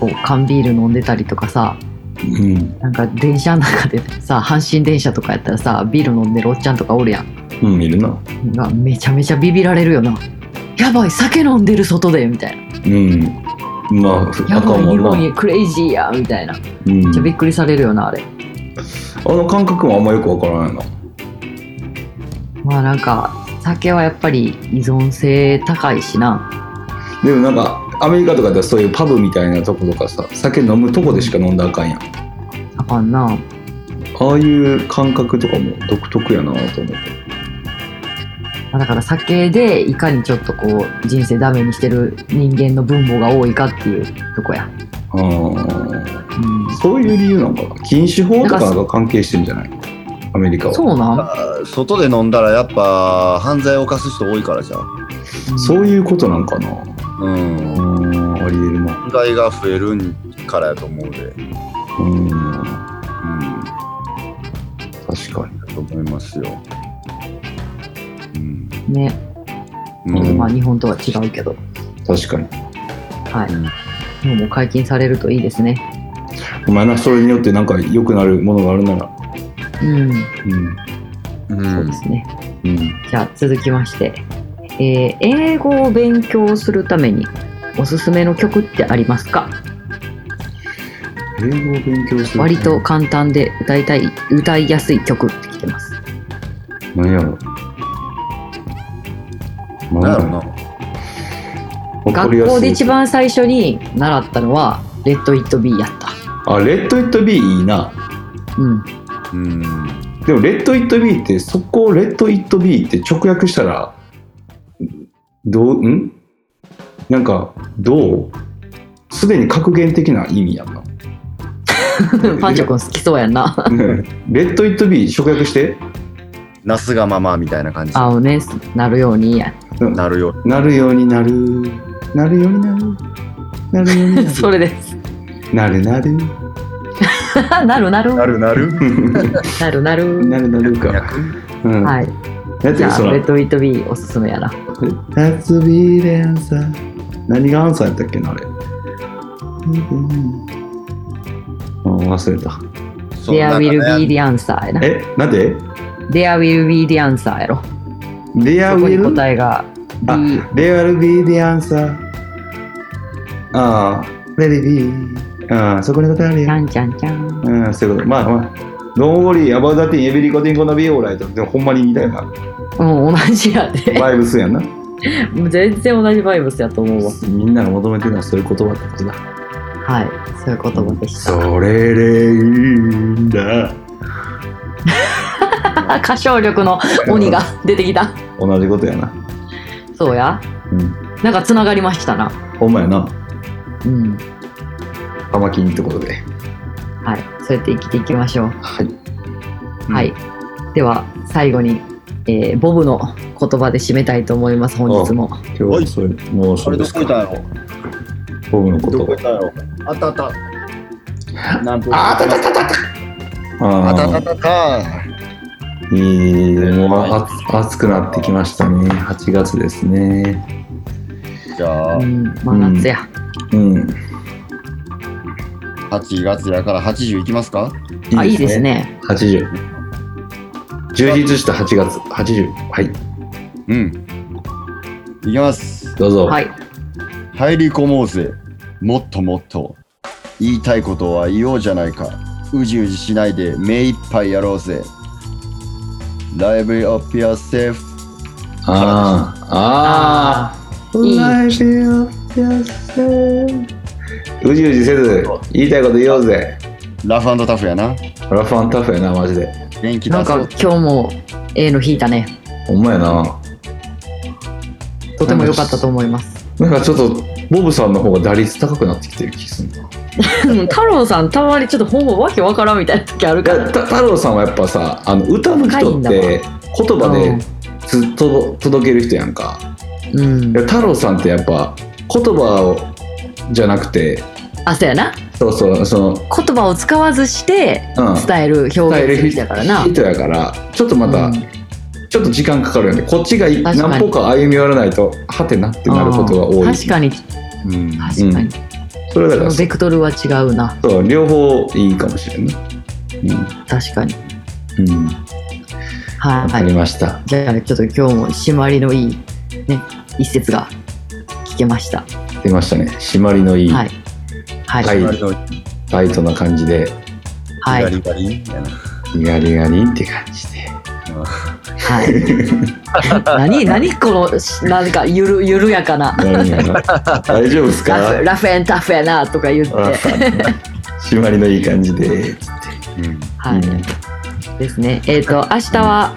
C: こう缶ビール飲んでたりとかさ
D: うんうん
C: なんか電車の中でさ阪神電車とかやったらさビール飲んでるおっちゃんとかおるやん
D: うん、いるな
C: がめちゃめちゃビビられるよなやばい酒飲んでる外でみたいな
D: うんまあふ
C: や
D: あ
C: ば
D: か
C: い
D: ん
C: 日
D: も
C: 本
D: んな、
C: にクレイジーやみたいなめっ
D: うん
C: ちゃびっくりされるよなあれ
D: あの感覚もあんまよくわからないな
C: まあなんか酒はやっぱり依存性高いしな
D: でもなんかアメリカとかではそういうパブみたいなとことかさ酒飲むとこでしか飲んだらあかんやん
C: あかんな
D: ああいう感覚とかも独特やなと思って
C: まあだから酒でいかにちょっとこう人生ダメにしてる人間の分母が多いかっていうとこや、
D: あー
C: う
D: そういう理由なんかな禁止法とかが関係してんじゃないアメリカ
C: ん、
D: は
C: そうなん、
E: 外で飲んだらやっぱ犯罪を犯す人多いからじゃん。
D: そういうことなんかな
E: うん。
D: うんありえるな
E: 犯罪が増えるんからやと思うで。うん。
D: うん
E: だ
D: 確かに。
E: と思いますよ。うん。
C: ね、
E: うん
D: うん
C: まあ日本とは違うけど、
D: 確かに。
C: はい
E: うん
C: 日本も解禁されるといいですね
D: お前な、それによってなんか良くなるものがあるなら。
C: うん、
D: うん。
E: う
C: そうんですね
D: うん。
C: じゃあ続きまして、えー英語を勉強するためにおすすめの曲ってありますか
D: 英語を勉強する。
C: 割と。簡単で歌いたい歌いやすい曲ってきてます
D: 何やろ。
E: な
D: 何
E: んやろな。
D: わかり
C: 学
D: やすい
C: 校で一。番最初に習ったのは「レッド・イット・ビー」やった
D: あ、レッド・イット・ビーいいな。
C: うん
E: うん。
D: でも、レッド・イット・ビーって、そこをレッド・イット・ビーって直訳したら、どう、んなんか、どうすでに格言的な意味やん な。
C: パンチョ君好きそうやんな。
D: レッド・イット・ビー直訳して
E: なすがままみたいな感じ
C: 青ね、なるようにや。
E: になるよ。
D: なるようになる。なるようになる。なるように なる。
C: それです。
D: なるなる。
C: なるなる。
E: なるなる。
C: なるなる。
D: なるなるか。うん。。
C: はいい。
D: だっ
C: じ
D: て
C: ゃあ、
D: そ
C: レ
D: の
C: ッ、ド・イット・ビーおすすめやな。
D: That's be the answer. 何がアンサーやったっけな、あれ。うん、忘れた。
E: そう
C: There
E: なんか
C: will
E: ね
C: be the answer やな。
D: え、なんで
C: There will be the answer やろ。
D: ?There
C: そこに
D: will,
C: 答えが
D: あ
C: B。
D: there will be the answer. ああ、let it be. ああ、そこに答えある
C: ち
D: よ
C: ゃ。んちゃんちゃん。
D: うん、そういうこと。まあまあ。Don't worry about that in every coding gonna be alright. でもほんまに似たよな。
C: うん、同じやで。
D: バイブスやんな。
C: もう全然同じバイブスやと思うわ。
D: みんなが求めてるのはそういう言葉ってことだ。
C: はい。そういう言葉でした。
D: それでいいんだ。
C: 歌唱力の鬼が出てきた。
D: 同じことやな。
C: そうや。
D: うん。
C: なんか繋がりましたな。
D: ほんまやな。
C: うん。
D: カマキリってことで。
C: はい。そうやって生きていきましょう。
D: はい。
C: はい。では、最後に、えーボブの言葉で締めたいと思います、本日も。
D: 今日はそれ、もう
E: あ
D: そ
E: れど
D: れで
E: こ行
D: す
E: っ
D: か。
E: たんや
D: ボブの
E: ろどこ行
D: 言
E: っ
D: 葉。
E: たんやろあ ったあった。
D: あ
E: あったあったあったあったあ
D: あ
E: ったあった。
D: あ、いい、もうあ暑くなってきましたね。8月ですね。
E: じゃあ
C: う、ん、真夏や。
D: うん。
E: 8月やから80いきますか
C: あ、いいです。ね。
D: 80。充実した8月。80。はい。
E: うん。いきます。
D: どうぞ。
C: はい。
E: 入り込もうぜ。もっともっと。言いたいことは言おうじゃないかうじうじしないで目いっぱいやろうぜ Live up yourself
D: あーあー
C: いい
D: Life is yourself うじうじせず言いたいこと言おうぜ
E: ラフタフやな
D: ラファンタフやなマジで
E: 元気
C: なん
E: 出
C: か
E: そう
C: 今日もええの引いたね
D: ほんまやな
C: とても良かったと思い ます
D: なんかちょっとボブさんの方が打率高くなってきてる気すんな
C: 太郎さんたまにちょっとほぼわけわからんみたいな時あるか
D: だ
C: ら
D: た太郎さんはやっぱさあの歌の人って言葉
C: う
D: で
C: ん
D: ずっと届ける人やんか
C: うん
D: いや太郎さんってやっぱ言葉をじゃなくて
C: あそうやな
D: そうそうその
C: 言葉を使わずして
D: うん
C: 伝える表現する人だからな、
D: 人やからちょっとまた、
C: うん
D: ちょっと時間かかるよねこっちがい
C: 確かに
D: 何歩か歩み寄らないとはてなってなることが多
C: あー
D: い
C: 確かに
E: うん
C: 確かに、
D: それ
C: そ
D: はだから
C: のベクトルは違うな
D: そう両方いいかもしれんない
C: 確かに
D: うん、うん、
C: はい、
D: わかりました、
C: じゃあちょっと今日も締まりのいいね一節が聞けました
D: 出ましたね締まりのいい、
C: はいはい
D: は
C: はいい、
E: 割と
D: ライトな感じで
E: ガリガリやな
D: ガリガリって感じで
C: はい、何何このしなんかゆる緩やかな
D: ガリガリ大丈夫ですか
C: ラフラフエンタフやなとか言って、
D: あ
C: はい
D: 締まりのいい感じで
E: うん
D: うん
C: ですねえっ、と明日は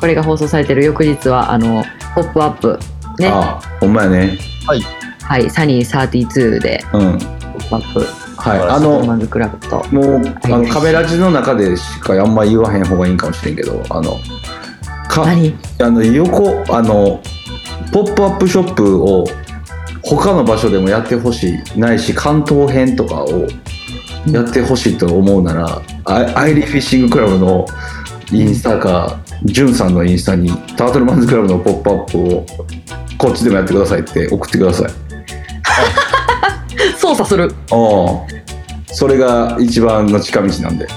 C: これが放送されてる翌日はあの「ポップアップね
D: あほんまやね
C: はい、サニー32で
D: う
C: 「ポ
D: ん
C: ップアップ
D: はい
E: あ
D: あ
C: ロ
D: の
C: マンズクラブと」
D: もうあ
C: は
D: の
C: い
D: カメラジの中でしかあんま言わへん方がいいんかもしれんけどあのか
C: 何
D: あの横あのポップアップショップを他の場所でもやってほしいないし関東編とかをやってほしいと思うなら、アアイリーフィッシングクラブのインスタか、ジュンさんのインスタにタートルマンズクラブのポップアップをこっちでもやってくださいって送ってください。
C: 操作する
D: ああそれが一番の近道なんで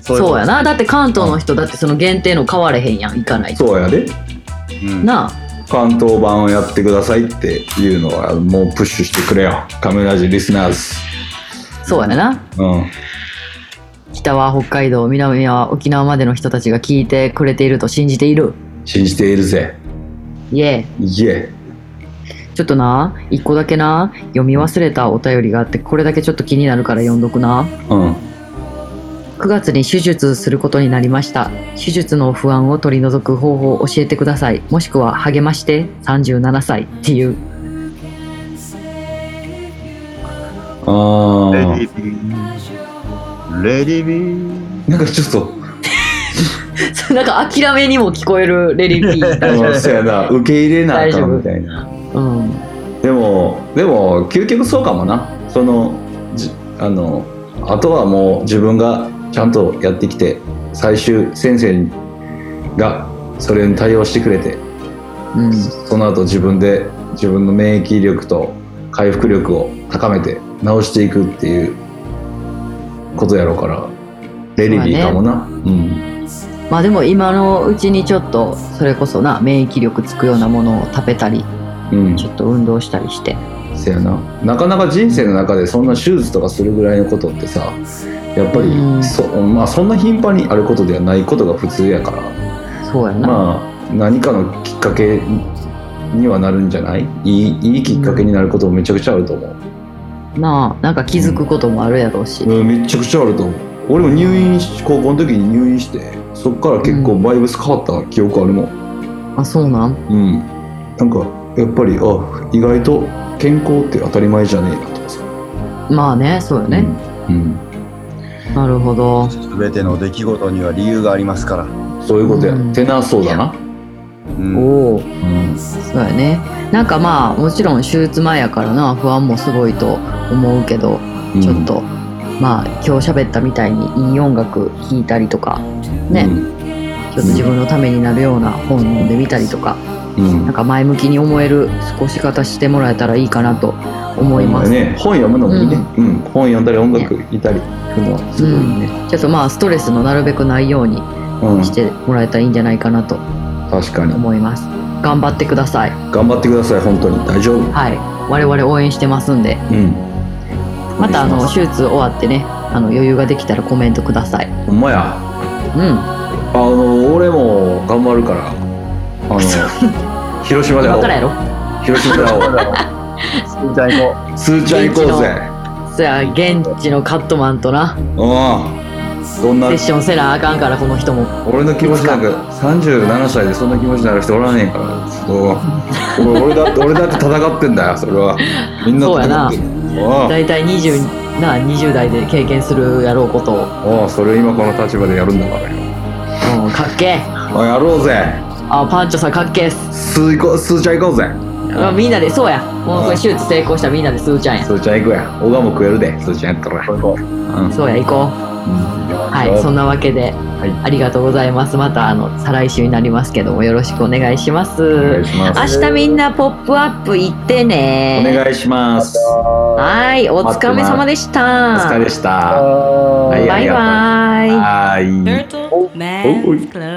E: そ
C: そう
E: ういうこと
C: やなだって関東の人だってその限定の買われへんやん行かないと
D: そうやで
E: うん
C: なあ
D: 関東版をやってくださいっていうのはもうプッシュしてくれよカメラジリスナーズ
C: そうやな
D: うん
C: 北は北海道南は沖縄までの人たちが聞いてくれていると信じている
D: 信じているぜ
C: イエ
D: い
C: ー
D: え
C: ちょっとな一個だけな読み忘れたお便りがあってこれだけちょっと気になるから読んどくな
D: うん
C: 9月に手術することになりました手術の不安を取り除く方法を教えてくださいもしくは励まして37歳っていう
E: レディ
D: ああ
E: ービーレディービー
D: なんかちょっと
C: そう なんか諦めにも聞こえるレリピー。
D: うんそうやな受け入れなあかんみたいな
C: うん。
D: でもでも究極そうかもなそのじあのあとはもう自分がちゃんとやってきて最終先生がそれに対応してくれて
C: うん。
D: その後自分で自分の免疫力と回復力を高めて治していくっていうことやろうからレリビーかもなう,、
C: まあでも今のうちにちょっとそれこそな免疫力つくようなものを食べたり、
D: んうん
C: ちょっと運動したりして。
D: せやななかなか人生の中でそんな手術とかするぐらいのことってさやっぱり、
C: うん
D: そまあ、そんな頻繁にあることではないことが普通やから、
C: そうやな。
D: まあ何かのきっかけにはなるんじゃないいいいいきっかけになることもめちゃくちゃあると思う、
C: なあなんか気づくこともあるやろうし。
D: うん、めちゃくちゃあると思う俺も入院し高校の時に入院してそっから結構バイブス変わった記憶あるもん
C: あそうなん。
D: うん、なんかやっぱりあ意外と健康って当たり前じゃねえなとかさ
C: まあねそうよね。
D: うん、
C: なるほど。
E: すべての出来事には理由がありますから、
D: うんそういうことや、
C: うん
D: てなそうだな
E: うん、
C: おお
D: うん
C: そうやね。なんかまあもちろん手術前やからな不安もすごいと思うけど、ちょっと。まあ今日喋ったみたいにいい音楽聴いたりとかね、ちょっと自分のためになるような本読んでみたりとか、
D: うん、うん
C: なんか前向きに思える過ごし方してもらえたらいいかなと思います。
D: ね、本読むのもいいね、うん本読んだり音楽聴いたりっていうのはすごいね、
C: ちょっとまあストレスのなるべくないように
D: うん
C: してもらえたらいいんじゃないかなと
D: 確かに
C: 思います。頑張ってください。
D: 頑張ってください本当に大丈夫
C: はい。我々応援してますんで、
D: うん
C: またあの手術終わってねあの余裕ができたらコメントください
D: ほんまや
C: うん
D: あの俺も頑張るからあの 広島で会
C: 今
D: お
C: からや
D: う
C: ろ
D: 広島で会おう
E: みたいな。
D: スーちゃん行こうぜ
C: そや現地のカットマンとな
D: うんどん
C: セ
D: な
C: ッションせなあかんからこの人も
D: 俺の気持ちなんか37歳でそんな気持ちになる人おらねえからそう俺俺だって俺だって戦ってんだよそれはみんな戦ってんだよ
C: 大体20な20代で経験するやろうことを、う
D: ああそれを今この立場でやるんだからよ
C: ん、かっけえ
D: あやろうぜ
C: あパンチョさんかっけえっす
D: スー行こうスーちゃん行こうぜ
C: あみんなでそうやもうこれ手術成功したらみんなでスーちゃんや
D: スーちゃん行くや小川も食えるでスーちゃんやったらうん
C: そうや行こうはいそんなわけで、
D: い
C: ありがとうございますまたあの再来週になりますけどもよろしくお願いしま
D: お願い
C: す
D: します
C: 明日みんな「ポップアップ行ってね
D: お願いします
C: はいお疲れ様でし
D: お
C: た
D: 疲れでした
E: はい
C: バイバイ
D: はい
A: Turtle Man's Club.